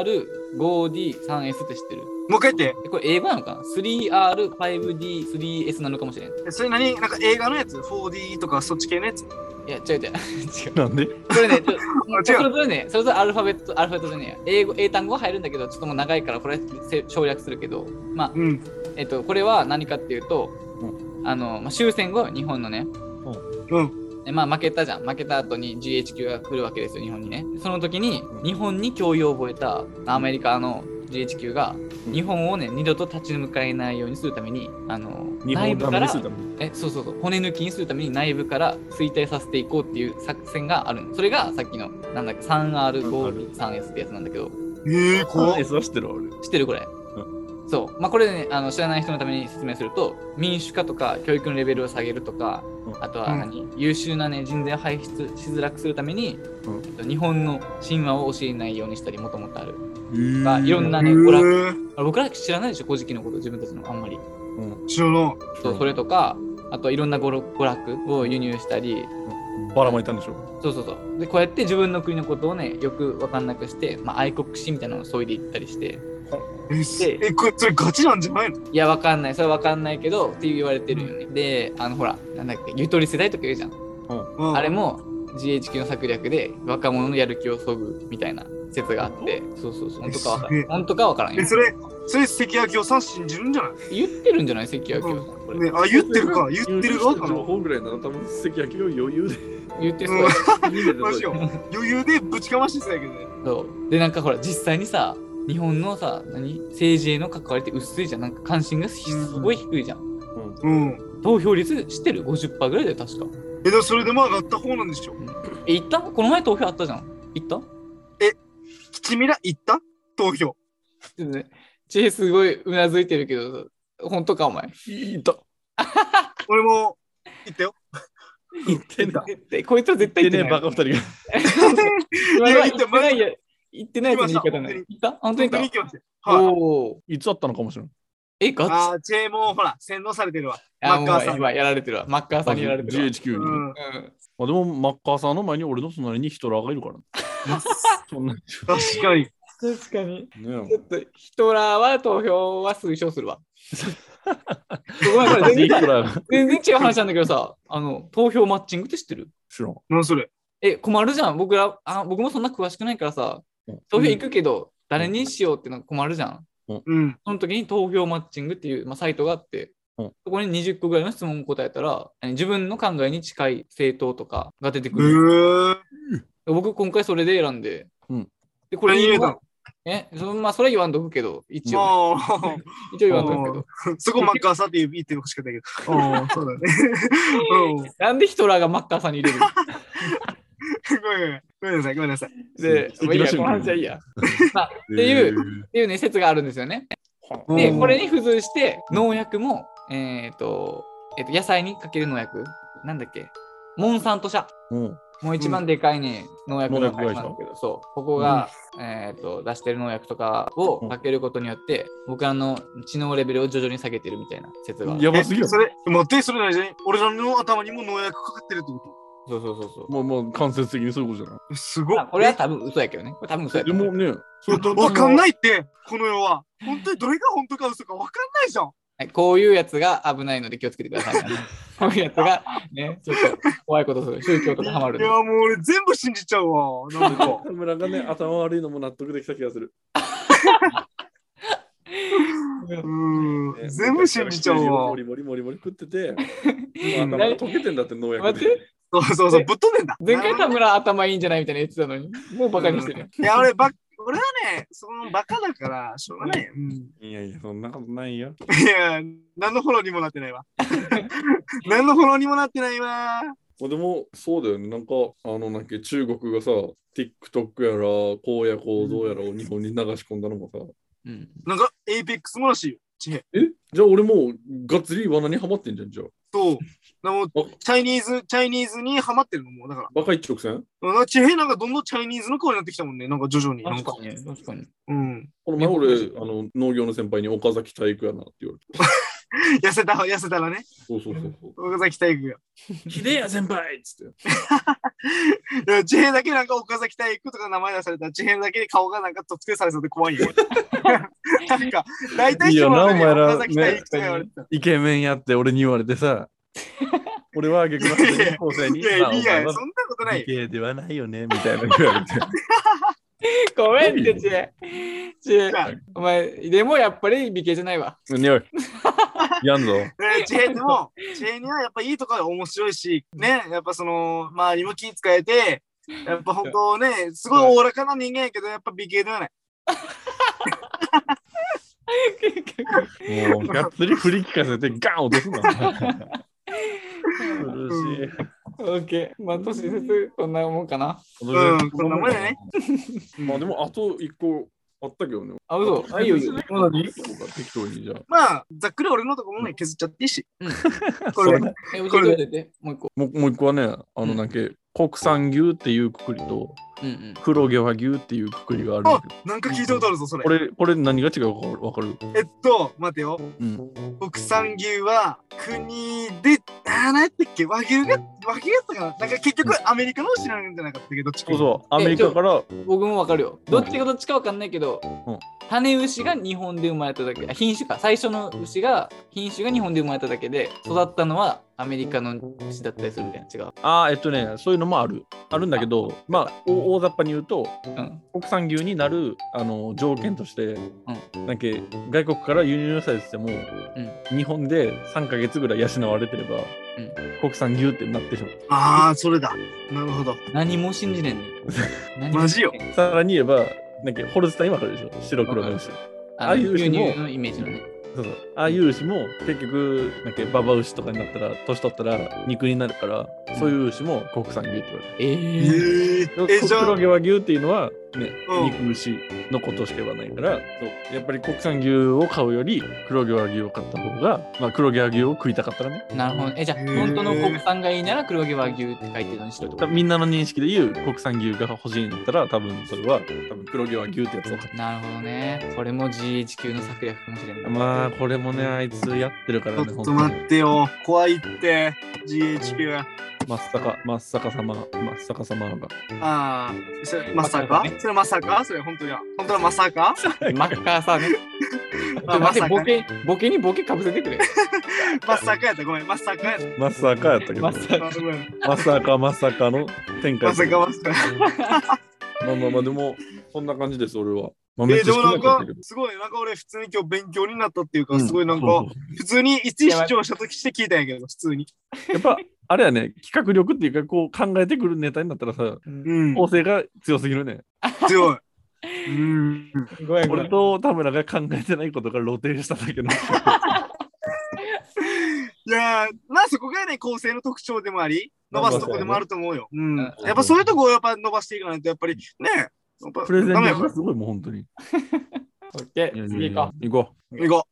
B: 3R、5D、3S って知ってる。
A: もう一回言っ
B: えこれ英語なのかな ?3R、5D、3S なのかもしれん。い
A: て。それ何なんか映画のやつ ?4D とかそっち系のやつ
B: や、違う 違う。違う。
C: なんで
B: これね、ちょそ
A: 違う
B: れぞれね、それぞれアルファベット、アルファベットじゃねえや英語、英単語は入るんだけど、ちょっともう長いから、これはせ省略するけど、まあ、
A: うん。
B: えっと、これは何かっていうと、あの、まあ、終戦後、日本のね、
A: うん。
B: でまあ負けたじゃん負けた後に GHQ が来るわけですよ日本にねその時に
C: うん
B: 日本に教養を覚えたアメリカの GHQ が
C: うん
B: 日本をね二度と立ち向かえないようにするためにあの
C: 日
B: 内
C: 本
B: 部
C: ダ
B: か
C: メに
B: ら
C: するために。
B: えそうそうそう骨抜きにするために内部から衰退させていこうっていう作戦があるのそれがさっきのなんだっけ 3R53S ってやつなんだけど
A: ええー、怖っ
C: え、そうしてる俺。
B: 知ってるこれ、そう、まあ、これねあの知らない人のために説明すると民主化とか教育のレベルを下げるとか、
C: うん
B: あとは何、優秀な、ね、人材を輩出しづらくするために、
C: うん
B: えっと日本の神話を教えないようにしたりもともとあるまあ
C: う
B: いろんなね
A: う
B: 娯楽
A: ーん
B: あ僕ら知らないでしょ「古事記」のこと自分たちのあんまり
C: うん
A: 知らない。
B: そうそれとかあといろんな娯楽娯楽を輸入したり
C: ばらまいたんでしょ。
B: そうそうそうでこうやって自分の国のことをねよく分かんなくして、まあ、愛国心みたいなのを削いでいったりして
A: え、す
B: で
A: え、これ、それガチなんじゃないの
B: いや、わかんない。それはわかんないけど、って言われてるよね。で、あの、ほら、なんだっけ、ゆとり世代とか言うじゃん。
A: うん
B: あれも GHQ の策略で、若者のやる気をそぐみたいな説があって、そうそうそう、本当かわから
A: すげ
B: ん。
A: え
B: 本当かわからんよ
A: え、。それ、それ、関明夫さん信じるんじゃない
B: 言ってるんじゃない関谷京さん。これ
A: ね、あ、言ってるか、言ってる側かな
C: 情。報ぐらいなら多分関明を余 裕で。
B: 言ってそうや。
C: 逃げて
A: マジよ。余裕でぶちかましてたけどね。
B: そう。で、なんかほら、実際にさ、日本のさ、何政治への関わりって薄いじゃん。なんか関心がすすごい低いじゃん。
A: うん。
B: 投票率知ってる ?50% ぐらいだよ、確か。
A: え、でもそれでも上がった方なんでしょ。
B: え、行ったこの前投票あったじゃん。行った
A: 吉ミラ行った投票。
B: ちょっとね、知恵すごいうなずいてるけど、本当かお前。
C: いた。
A: 俺も行 ったよ。
C: 言ってんだ。
B: 絶対こいつは絶対
C: 言っ
B: 言ってて
C: ねえ、
B: ない
C: バ。カ二人
B: 今
C: が。
A: い
B: の
A: や
B: は
A: 言
B: 言
A: っ
B: っ
A: ます
B: ててないや。言ってないやつの言い方ない。
A: 行
B: 言った本
A: 本
B: 当に
A: 当
B: か
A: に行。きましたよ。はい。
B: おお。
C: いつあったのかもしれない。
B: え、ガチ
A: あー、チェーもうほら、洗脳されてるわ。マ
B: あ
A: ッ
B: も
A: カー
B: う
A: さん
B: やばいやられてるわ。マッカーさんにやられてるわ。
C: GHQ
A: うん。
C: に。
B: うん
C: まあでも、マッカーサーの前に俺の隣にヒトラーがいるから。そんな。ね
A: 確かに。
B: 確かに。
C: え
B: ちょっと、ヒトラーは投票は推奨する わ。ごめん、これ全
C: ヒ
B: 然
C: トラーが
B: 全然違う話なんだけどさ、あの、投票マッチングって知ってる
C: 知らん。
A: なんそれ。
B: え、困るじゃん。僕ら、あ、僕もそんな詳しくないからさ、投票行くけど、誰にしようってのが困るじゃん。
A: うん。
B: その時に投票マッチングっていう、まあ、サイトがあって、
C: うん
B: そこに20個ぐらいの質問を答えたら、え自分の考えに近い政党とかが出て
A: え
B: くる。
A: ー。
B: 僕、今回それで選んで。
C: うん
B: で、これ
A: 何入れたの
B: えそのまあ、それは言わんとくけど、一
A: あ
B: 応、一応言わんとくけど。
A: あ。そこマッカーさんって言ってほしかったけ ど。ああ、そうだね。うん。
B: なんでヒトラーがマッカーさんに 入れる
A: ごめんごめんごめんなさい、ごめんなさい。
B: で、
C: うん
B: まあ、いいや、
C: 行きましょう
B: この話はいいや。まあ、っていう、っていうね、説があるんですよね。
A: うん
B: で、これに付随して、農薬も、えっ、と、えっ、と、野菜にかける農薬、なんだっけ、モンサント社。
C: うん。
B: もう一番でかいね、農薬
C: 農
B: の
C: 薬
B: 会社なんだけど、そう、ここが、えー、と出してる農薬とかをかけることによって、僕らの知能レベルを徐々に下げてるみたいな説がある。
C: やば
A: え
C: すぎよ。
A: それ、待って、それ何じゃない俺らの頭にも農薬かかってるってこ
B: そうそうそうそう。
C: まあまあ、間接的にそういうことじゃない。
A: とすご
B: まあ
A: っ。
B: これは多分嘘やけどね。これ多分嘘や
C: で
B: と思う
C: もね、それ。
A: わかんないいって、この世は。本当にどれが本当か嘘かわかんないじゃん。
B: はいこういうやつが危ないので気をつけてください、ね。こういうやつがね、ちょっと怖いことする。宗教とかハマる
A: い
B: んで。
A: や、もう俺全部信じちゃうわ。なんでか。
C: 田村がね、頭悪いのも納得できた気がする。
A: うーん。全部信じちゃうわ
C: も。りもりもりもり食ってて、頭が溶けてんだって農薬
B: 待っ
C: で。
B: て、
A: そうそうそう、ぶっ飛んでんだ。
B: 前回田村頭いいんじゃないみたいな言ってたのに、もうバカにしてる。
A: いや、俺、ば、俺はね、そのバカだから、しょうがないよ。うん
C: いやいや、そんなことないよ。
A: いや、何のフォローにもなってない わ。何のフォローにもなってないわ。
C: まあでも、そうだよね。なんか、あの、なんか中国がさ、TikTok やら、こうやこうどうやらを日本に流し込んだのもさ、
B: うん、
A: なんか、エイペックスもらしいよ。ちへ。
C: えじゃあ俺もうがっつり罠にはまってんじゃん、じゃあ。
A: そう。なもう
C: お
A: チャイニーズ、チャイニーズにハマってるのもう、だから。
C: バカ一直線
A: なんか地平なんかどんどんチャイニーズの顔になってきたもんね。なんか徐々に。なん
B: 確
A: か
B: か。にね、確かに。
A: うん。
C: この前俺、あの農業の先輩に岡崎体育やなって言われて。
A: 痩せた、痩せたらね。
C: そうそうそうそう。
A: 岡崎体育が。
C: 秀也先輩っつって。
A: でも地平だけなんか岡崎体育とか名前出されたら地平だけで顔がなんか特定されそうで怖いよ。なんか、大体
C: いいよな
A: 人の中に
C: お前ら
A: 岡崎体育とか言われてた。
C: イケメンやって俺に言われてさ。 俺は逆の
A: いやいや
C: 高生
A: いやいや、そ
C: ま
A: んなこと
C: あ
A: ないよ。
C: 形ではないよね、みたいな言われて。
B: ごめんって、ちえ。ちえ
A: じゃあ、
B: お前、でもやっぱり美形じゃないわ。
C: 匂い。やんぞ。
A: ね地平でも、地平にはやっぱいいところ面白いし、ね、やっぱその、周りも気使えて、やっぱ本当ね、すごいおおらかな人間やけど、やっぱ美形ではない。
C: もう、がっつり振り聞かせて、ガン落とすな。苦しい。
B: オッケー。まあ、年節、こんなもんかな。
A: うんこんなもんやね。
C: まあでも、あと一個あったけどね。
B: あ、嘘。いいよ、いいよ。
C: まだに適当にじゃあ。
A: まあ、ざっくり俺のとこもね、削っちゃっていいし
B: うん。
A: これ、
B: え、教えて教えて、もう一個。
C: もうもう一個はね、あ
B: う
C: の
B: ん
C: だけ、国産牛っていうくくりと
B: うんうん。
C: 黒毛和牛っていうくくりがあるんだけど。
A: なんか聞いたことあるぞ、それ
C: こ。れ、これ何が違うかわかる
A: えっと、待てよ。
C: うん。
A: 国産牛は国で、あー、なんやったっけ和牛が、和牛やったかななんか結局アメリカの知らんじゃなかったけど、
C: そうそう、アメリカから、
B: 僕もわかるよ。どっちがどっちかわかんないけど、
C: うん
B: 種牛が日本で生まれただけ、あ品種か、最初の牛が、品種が日本で生まれただけで、育ったのはアメリカの牛だったりするみたいな、違う。
C: ああ、えっとね、そういうのもある。あるんだけど、まあ、お大雑把に言うと、
B: うん。
C: 国産牛になるあの条件として、なんか外国から輸入されてても、日本で3ヶ月ぐらい養われてれば、国産牛ってなってしまう
A: ああ、それだ。なるほど。
B: 何も信じれんねん。何も
A: マジよ
B: 信じれん。
C: さらに言えばなんかホルスタインわかるでしょ白黒の牛そう
B: あ
C: ああ
B: あ
C: い
B: いうう
C: 牛
B: 牛
C: も
B: 乳のイメージのね。
C: そうああいう牛も結局なんかババ牛とかになったら年取ったら肉になるからそういう牛も国産牛って言われてる
B: え
A: え
B: ー、
A: ー、え、じゃ
C: 黒
A: あ、
C: 毛和牛っていうのは、ね
A: うん
C: 肉牛のことしか言わないからそうやっぱり国産牛を買うより黒毛和牛を買った方が、まあ、黒毛和牛を食いたかったらね
B: なるほど。え、じゃあ、
A: へー
B: 本当の国産がいいなら黒毛和牛って書いてるのにしろってこ
C: だ
B: と
C: みんなの認識で言う国産牛が欲しいんだったら多分それは多分黒毛和牛ってやつを買っ
B: なるほどね。これも GHQ の策略かもしれない。
C: たまあこれもねあいつやってるか
A: ち
C: らね
A: ょっと
C: 本当に
A: 待ってよ。怖いって、GHQ が。
C: まっさかまっさか様まっさか様が
A: ああ、それまさ
B: ま
A: か
B: さかね
A: それまさかそれ本当には。本当はまさか
B: マッカーさね。
A: あま
B: 待っ
A: さか
B: て、ボケ、ボケにボケかぶせてくれ。
A: まさかやった。ごめん、まさかやった。
C: まっさかやったけど
B: まさか。
A: あごめん
C: まさかまさかの展開
A: まさかまさか。
C: まあまあまあでもそんな感じです俺は、まあ、
A: え
C: め
A: ー、
C: っち
A: で
C: ゃ
A: もなん
C: かっ
A: か
C: たけど、
A: すごい、なんか俺普通に今日勉強になったっていうか、
C: うん
A: すごいなん
C: そう
A: か
C: そ、
A: 普通に一視聴者として聞いたんやけど、普通に。
C: うやっぱあれやね企画力っていうかこう考えてくるネタになったらさ
A: うん、
C: 構成が強すぎるね
A: 強い。うん。
B: ごめん、ごめ
C: 俺
B: ん。
C: と田村が考えてないことが露呈しただけ
A: い
C: の
A: やー、まあそこがね、構成の特徴でもあり、伸ばすとこでもあると思うよ。うん。
B: うん
A: やっぱそういうとこをやっぱ伸ばしていかないと、やっぱりね、やっぱ
C: プレゼン
A: ダメや
C: 力
A: から
C: がすごいもう本当に
B: オッケー、次行こ
C: う行こう
A: 行こう。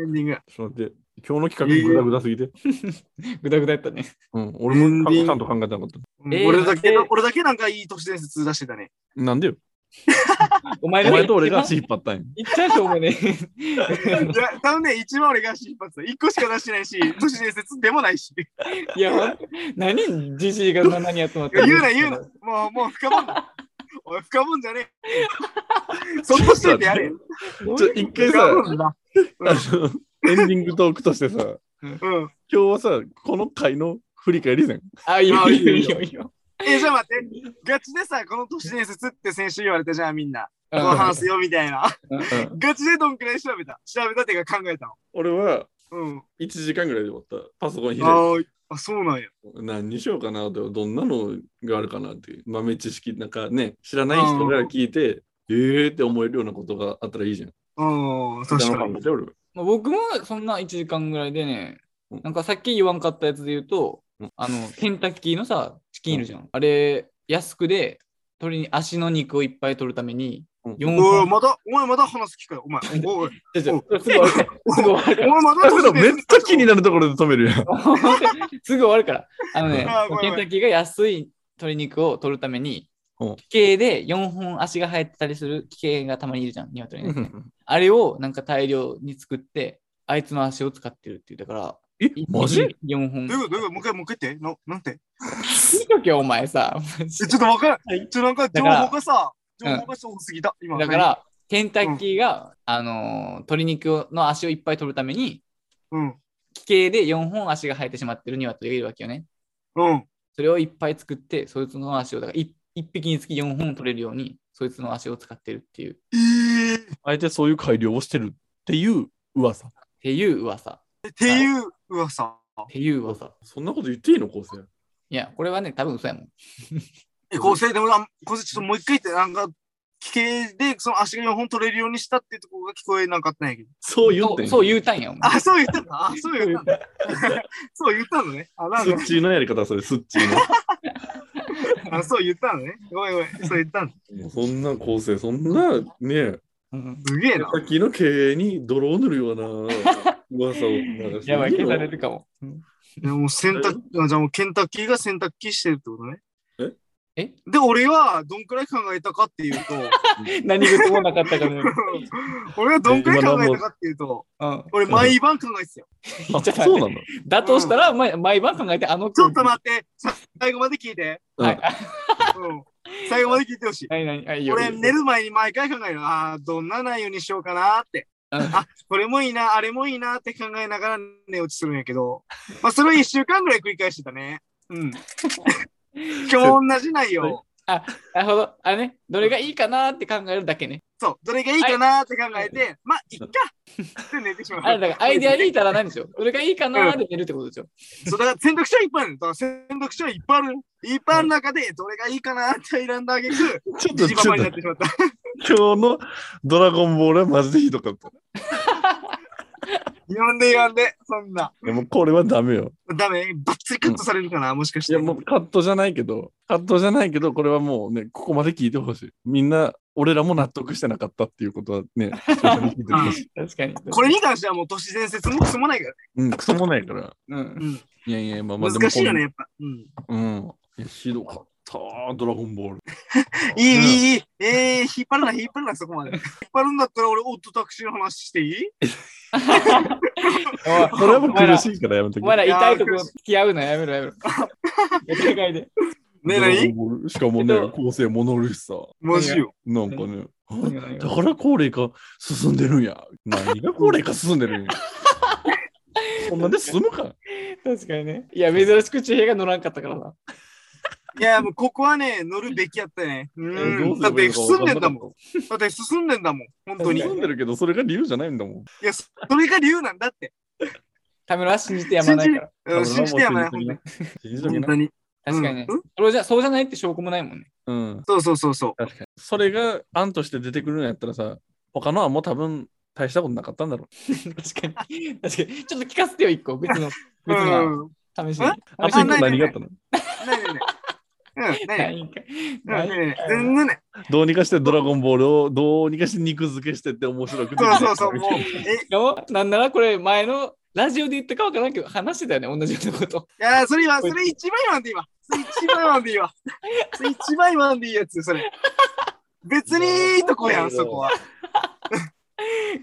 A: エンディング。
C: ちょっと待って、今日の企画グダグダすぎて。
B: う。ぐだぐだやったね。
C: うん、俺もか
A: エンディング
C: ちゃんと考えてなかった。
A: うん
B: えー
A: 俺だけ、
B: えー
A: 俺だけなんかいい都市伝説出してたね。
C: なんでよ。
B: お
C: お
B: 前
C: 前と俺が足
B: し。
C: 引っ張ったんや。
B: いっちゃうしょ、お前ね。
A: いや、多分ね、一番俺が一発だ。一個しか出してないし、都市伝説でもないし。
B: いや、ほんと何、じじいが7に集まって
A: 言うな言うな。。もう、もう深もんだ。おい、深もんじゃねえ。そっとしといてやれ。
C: ちょ、一回さ、
A: 深
C: あ
A: もんだ。
C: の、エンディングトークとしてさ、
A: うん。
C: 今日はさ、この回の振り返りせん。
B: あ、いいよ、
A: あ
B: いいよ、
A: い
B: い
A: い
B: い
A: よ
B: よ、いいよ。
A: えー、じゃあ待って。ガチでさ、この都市伝説って先週言われたじゃん、みんな。
B: うん
A: こう話すよ、みたいな。
B: うん
A: ガチでどんくらい調べた調べたっていうか考えたの。
C: 俺は
A: うん。
C: 1時間ぐらいで終わった。パソコ
A: あ
C: ン開いて。
A: ーあ、そうなんや。
C: 何にしようかなと、どんなのがあるかなっていう。豆知識、なんかね、知らない人から聞いて、えーって思えるようなことがあったらいいじゃん。
A: うん、確か
C: 歌の
A: に
C: 話。だよ俺は
B: まあ、僕もそんな1時間ぐらいでね、
C: うん
B: なんかさっき言わんかったやつで言うと、
C: うん
B: あの、ケンタッキーのさ、チキンいるじゃん。あれ、安くで、鶏に足の肉をいっぱい取るために
C: うん、
B: 4
A: おい、
B: 本。
A: また、お前また話す機会、お前。おい、
B: ちょちょすぐ終わるからすぐ終わる か
A: お前また
C: あそうだ
A: 都市伝
C: めっ
A: 説
C: ちゃ気になるところで止めるやん。
B: ら。すぐ終わるから。あのね
A: あご、め
B: ケ
A: ん
B: ンタッキーが安い鶏肉を取るために
C: うん、
B: 奇形で4本足が生えてたりする奇形がたまにいるじゃん、鶏ね。あれをなんか大量に作って、あいつの足を使ってるって言うだから、
C: え、マジ
B: ?4 本
A: どう。いうことどういうこともう一回、もう一回言って。ななんて
B: 見とけよ、お前 さ。マ
A: え
B: ジで
A: ちょっとわからん。ちょ、なんか情報がさ、
B: だから
A: 情報が多すぎた。今。
B: だか、ら、ケンタッキーが、あのー鶏肉の足をいっぱい取るために、
A: うん。
B: 奇形で4本足が生えてしまってる鶏がいるわけよね。
A: うん。
B: それをいっぱい作って、そいつの足を、だから 1, 匹につき4本取れるように、そいつの足を使ってるっていう、っ
A: えー、っ
C: あえてそういう改良をしてるっていう噂。
B: ていう噂。
A: ていう噂。
B: っていう噂。
C: そんなこと言っていいの、構成。
B: いや、これはね、多分嘘やもん。
A: え、構成でも、あ構成ちょっともう一回言って、なんか、奇形で、その足が4本取れるようにしたっていうところが聞こえなかったんやけど。
C: そう言っ
B: そ
C: て。
B: うんそう言うたんや、お前。
A: あ、そう言ったんだ。あ、そう言ったんだ。 そう言ったのね。あ、なん
C: ス
A: か
C: ッチーのやり方、それ、スッチー
A: あ、そう言ったのね。ごめんごめん。そう言ったんだ。
C: の。 もうそんな構成、そんなね、
B: うん
A: すげえな。
C: さっきの経営に泥を塗るような噂を流して。
B: やばい、
C: け
B: 消されるかも。うん
A: でもう洗濯、あじゃあもうケンタッキーが洗濯機してるってことね。
B: え
A: で、俺はどんくらい考えたかっていうと、
B: 何事もなかったからね。
A: 俺はどんくらい考えたかっていうと、
B: うん
A: 俺毎晩考えてたよ。
C: あ、そうなんだ。
B: だとしたら、毎毎晩考えて、あの
A: ちょ
B: 子
A: っと待って、さ最後まで聞いて。
B: はい
A: うん最後まで聞いてほしい。
B: 何何あいいよ
A: 俺、
B: いいよ
A: 寝る前に毎回考える。ああ、どんな内容にしようかなって。
B: うん
A: あ、これもいいな、あれもいいなって考えながら寝落ちするんやけど、まあ、それを1週間ぐらい繰り返してたね。 うん。今日も同じ内容。
B: なるほど。あれね、どれがいいかなって考えるだけね。
A: そう、どれがいいかなって考えて、まあ、いっかって寝てしまう。
B: あれだから、アイデアリーダーはないんですよ。どれがいいかなって寝るってことですよ。
A: そうだから選択肢はいっぱいある。だから選択肢はいっぱいある。いっぱいある中で、どれがいいかなって選んだあげく、
C: ちょっと、
A: ジ
C: ち
A: バ
C: ょ
A: バ
C: っ
A: に
C: と
A: なっ、てしまった。
C: 今日のドラゴンボールはマジでひどかった。い
A: 呼んで呼んで、そんな。
C: やもうこれはダメよ。
A: ダメバッツリカットされるかな、もしかし
C: い
A: て。
C: や、もうカットじゃないけど、カットじゃないけど、これはもうね、ここまで聞いてほしい。みんな、俺らも納得してなかったっていうことはね、聞いてほしい。
B: 確かに。
A: これに関してはもう都市伝説もクソもないからね。
C: うん、クソもないから。
B: う。
A: うんん
C: いやいや、まあまあ、でも
A: 難しいよね、やっぱ。うん
C: こん。うん。いや、ひどかった、ドラゴンボール。
A: いい、いい、いい。えー、引っ張るな、引っ張るな、そこまで。引っ張るんだったら俺、オートタクシーの話していい
C: それはもう
B: お前ら
C: 苦しいからやめて
B: お前ら
A: いや
B: 痛いとこ付き合うのやめろやめろ。お互いで。
A: ねえ、
C: ドラゴン
A: 何
C: ボールしかも
B: えっ
C: ね
B: と、
C: 構成も乗るしさ。
A: マジよ。
C: なんかね、
B: 何が
C: あ
B: 何が
C: だから高齢化進んでるんや。何が高齢化進んでるんや。そんなんで進むか。
B: 確かにね。いや、珍しく地平が乗らんかったからな。
A: いや、もうここはね、乗るべきやったね。うん。だ
C: ど
A: っ
C: うすれ
A: て進ん
C: ばいいのか
A: でんだもん。
C: わ
A: だって進んでんだもん、本当
C: かん
A: に。
C: なかった。進ん
A: い
C: でるけど、それが理由じゃないんだもん。
A: や、そそれが理由なんだって。
B: ためらは信じてやまないから。
A: うん信じてやまない、
C: 多
A: 本当
C: 分
A: に。
C: 信じてや
A: 本
C: まない
A: 当に。
B: 確かにね
A: うん。
B: それじゃそうじゃないって証拠もないもんね。
C: うん。
A: そうそうそうそう。
C: 確かに。それが案として出てくるんやったらさ、他のはもう多分大したことなかったんだろう。
B: 確かに。確かに。ちょっと聞かせてよ、一個。別の、
A: う
B: 別の
A: ん。
B: 試し
A: え
B: に。
C: あ
B: 試し
C: と
B: に
C: 一個何があったの
A: ないないない。うん、ないない。
B: ないんかい。
A: うん
B: な
A: ないい
B: んか
A: ない
B: い
A: ない全然ない。
C: どうにかしてドラゴンボールをどうにかして肉付けしてって面白くて
A: そうそうそう、 もう。え、
B: しかもなんならこれ前のラジオで言ったかわからんけど話してたよね、同じようなこと。
A: いやー、それは、それ一番言わんでいいわ。それ一番言わんでいいわ。それ一番言わんでいいやつ、それ。別にいいとこやん、そこは。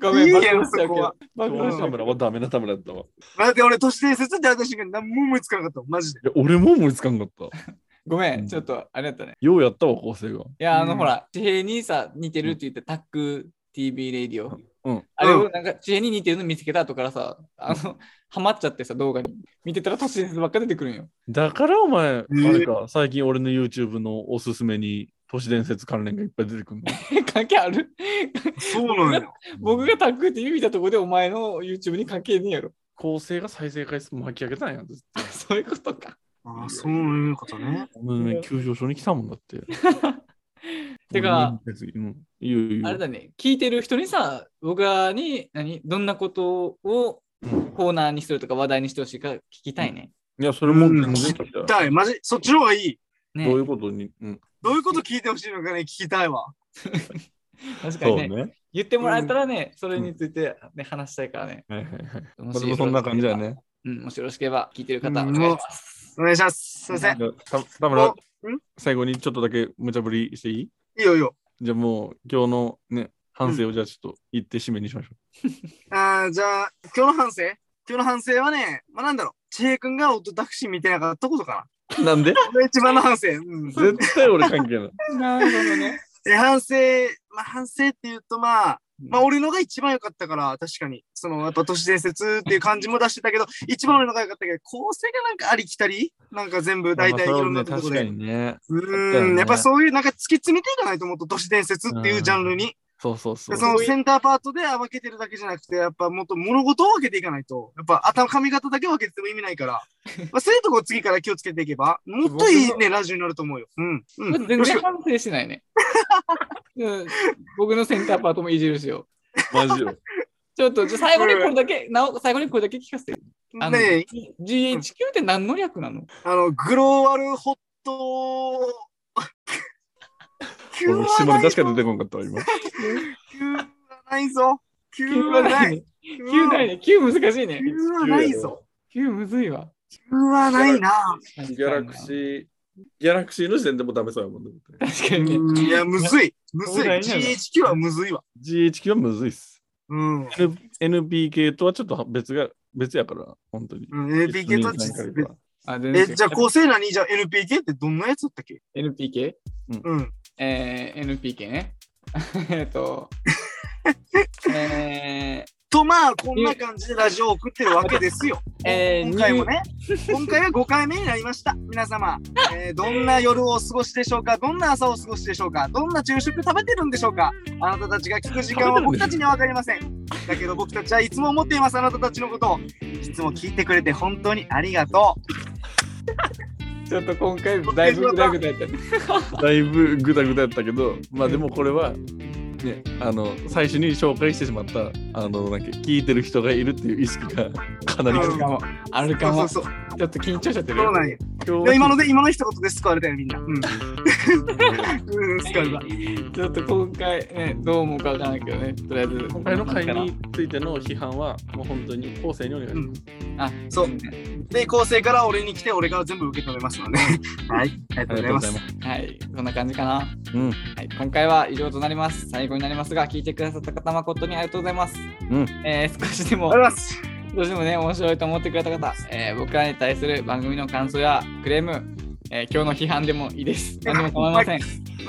B: ごめ
A: い
B: い
A: いやん
B: 爆発しちゃ
A: そ
B: うけ
A: こは
B: ど。爆
C: ど
B: 発
C: う
B: しち
C: し
B: ゃ
C: た
B: う
C: 村はダメな田村だったわ。い
A: だって俺、都市伝説って私が何も思いつかなかったもん、マジで。
C: や俺も思いつかんかった。
B: ごめん、ちょっとあれだったね。
C: ようやったわ、構成が。
B: いや、あの、
A: うん
B: ほら、地平にさ、似てるって言って、タック TV レディオ。
C: うん
B: あれをなんか、地平に似てるの見つけた後からさ、あの、ハマっちゃってさ、動画に。見てたら都市伝説ばっか出てくるんよ。
C: だからお前、あれか、最近俺の YouTube のおすすめに都市伝説関連がいっぱい出てくるの。
B: 関係ある
A: そうなんや。
B: 僕がタック TV 見たとこでお前の YouTube に関係ねえやろ。
C: 構成が再生回数巻き上げたんやん。
B: そういうことか。
A: ああ、そういうことね。
C: お前急上昇に来たもんだって。
B: てか、
C: 俺の YouTube うん、いいよいいよ
B: あれだね、聞いてる人にさ、僕らに、何、どんなことを
C: うん
B: コーナーにするとか話題にしてほしいか聞きたいね。
C: いや、それも全然
A: うん
C: 聞きたい
A: だい、マジ、そっちの方がいい。
B: ね
C: どういうことに、うん、
A: どういうこと聞いてほしいのかね、聞きたいわ。
B: 確か
C: そ
B: にね
C: うね。はい
B: 言ってもらえたらね、それについて、ね、話したいからね。
C: はいはい。
B: も
C: まあ、
B: し
C: でもそんな感じだ
B: よろしければ
C: ね。
B: うん、もしよろしければ聞いてる方、
A: う
B: お
A: ん
B: 願いします。
A: お願いします。すいません。い
C: た田村
A: おん、
C: 最後にちょっとだけ無茶ぶりしていい
A: いよいいよ。
C: じゃあもう今日のね、反省をじゃあちょっと言って締めにしましょ
A: あーじゃあ、今日の反省今日の反省はね、まあなんだろう。ちへくんがオートタクシー見てなかったことか
C: う。なんで
A: な。これ一番の反省。うん。
C: 絶対俺関係ない。
B: なるほどね。
A: え反省、まあ、反省っていうと、まあ、まあ俺のが一番良かったから、確かに。その、やっぱ都市伝説っていう感じも出してたけど、一番俺のが良かったけど、構成がなんかありきたりなんか全部大体いろんなところ
C: まあまあそれは
A: で。
C: ね確かにね。
A: う
C: ね
A: ん、やっぱそういうなんか突き詰めていかないと思った都市伝説っていうジャンルに。
C: そうそうそ
A: で
C: う。
A: そのセンターパートで分けてるだけじゃなくて、やっぱもっと物事を分けていかないと、やっぱ頭、髪型だけ分けてても意味ない から、まあ、そういうとこ次から気をつけていけば、もっといいね、ラジオになると思うよ。うん。うん。
B: 全然反省し ないね。うん僕のセンターパートもいじるしよ。
C: マジよ。
B: ちょっと、じゃあ最後にこれだけ、なお最後にこれだけ聞かせて。あの、
A: ねえ
B: GHQ って何の略なの
A: あの、グローバルホット、急
C: 俺
A: は
C: 下ネ
A: ない
C: タ
A: ぞ
C: しか出てこなかったわ、今。
A: 急はないぞ。急
B: ?9
A: は
B: は
A: な。
B: ないい。
A: 急
B: 9ないね。9難しいね。
A: 急はないぞ。
B: 9むずいわ。
A: 急はないな。
C: ギャラクシー、ギャラクシーの時点でもダメそうやもんね。
B: 確か
A: う
B: にね。
A: んいや、むずい。むずい。
B: そうだよね
A: GHQ はむずいわ。
C: GHQ はむずいっす。
A: うん。
C: N- NPK とはちょっと別が、別やから、本当に。
A: うん、NPK とは実別。
B: あ、全
A: え、
B: 違う
A: じゃあ構成何じゃあ NPK ってどんなやつだったっけ
B: NPK?
A: うん。
B: えー、NPK ね。 えっと、え
A: と、まあ、こんな感じでラジオを送ってるわけですよ。
B: ー、えー、
A: 今回 もね、今回は5回目になりました。皆様、えーどんな夜をお過ごしでしょうかどんな朝をお過ごしでしょうかどんな昼食食べてるんでしょうかあなたたちが聞く時間は僕たちには分かりません。だけど僕たちはいつも思っています、あなたたちのことを。いつも聞いてくれて本当にありがと
B: 入ちょっと今回だいぶぐだぐだやったね。
C: だいぶグダグダやったけど、まあでもこれは、ね、あの、最初に紹介してしまった、あの、なんか聞いてる人がいるっていう意識がかなり
B: あ
C: 強
B: る
C: い
B: かも。ある
A: う。
B: かも。
A: そうそうそう。
B: ちょっと緊張しちゃってる
A: そう
B: よ。
A: なんや。
C: 今
A: で
C: 日
A: 今ので、今の一言で救われたよ、みんな。うん。 うん、救われた。
B: ちょっと今回ね、どう思うかわからないけどね、とりあえず。
C: 今回の会についての批判は、もう本当に後世にお願いしま
B: あ、
C: す。
A: そう。で、構成から俺に来て、俺が全部受け止めますので。 はい、ありがとうございます。
C: す。
B: はい、こんな感じかな。
C: うん。
B: はい、今回は以上となります。最後になりますが、聞いてくださった方誠にありがとうございます。
C: うん
B: えー少しで
A: あ
B: も
A: りがとうございます。
B: どうしてもね、面白いと思ってくれた方、えー僕らに対する番組の感想やクレーム、えー今日の批判でもいいです。何でも構いません。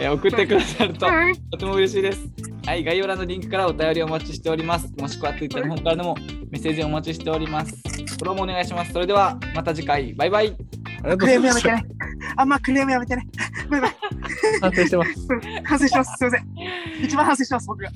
B: えー送ってくださるととても嬉しいです。はい、概要欄のリンクからお便りをお待ちしております。もしくは Twitter の方からでもメッセージをお待ちしております。フォローもお願いします。それではまた次回、バイバイ。
C: ありがと
A: ク
C: うござ
A: レ
C: い
A: ーム
C: ま
A: やめ
C: す
A: て。ね。あんまクレームやめてね。バイバイ。
C: 反省してます。
A: 反省します。すいません。一番反省します、僕が。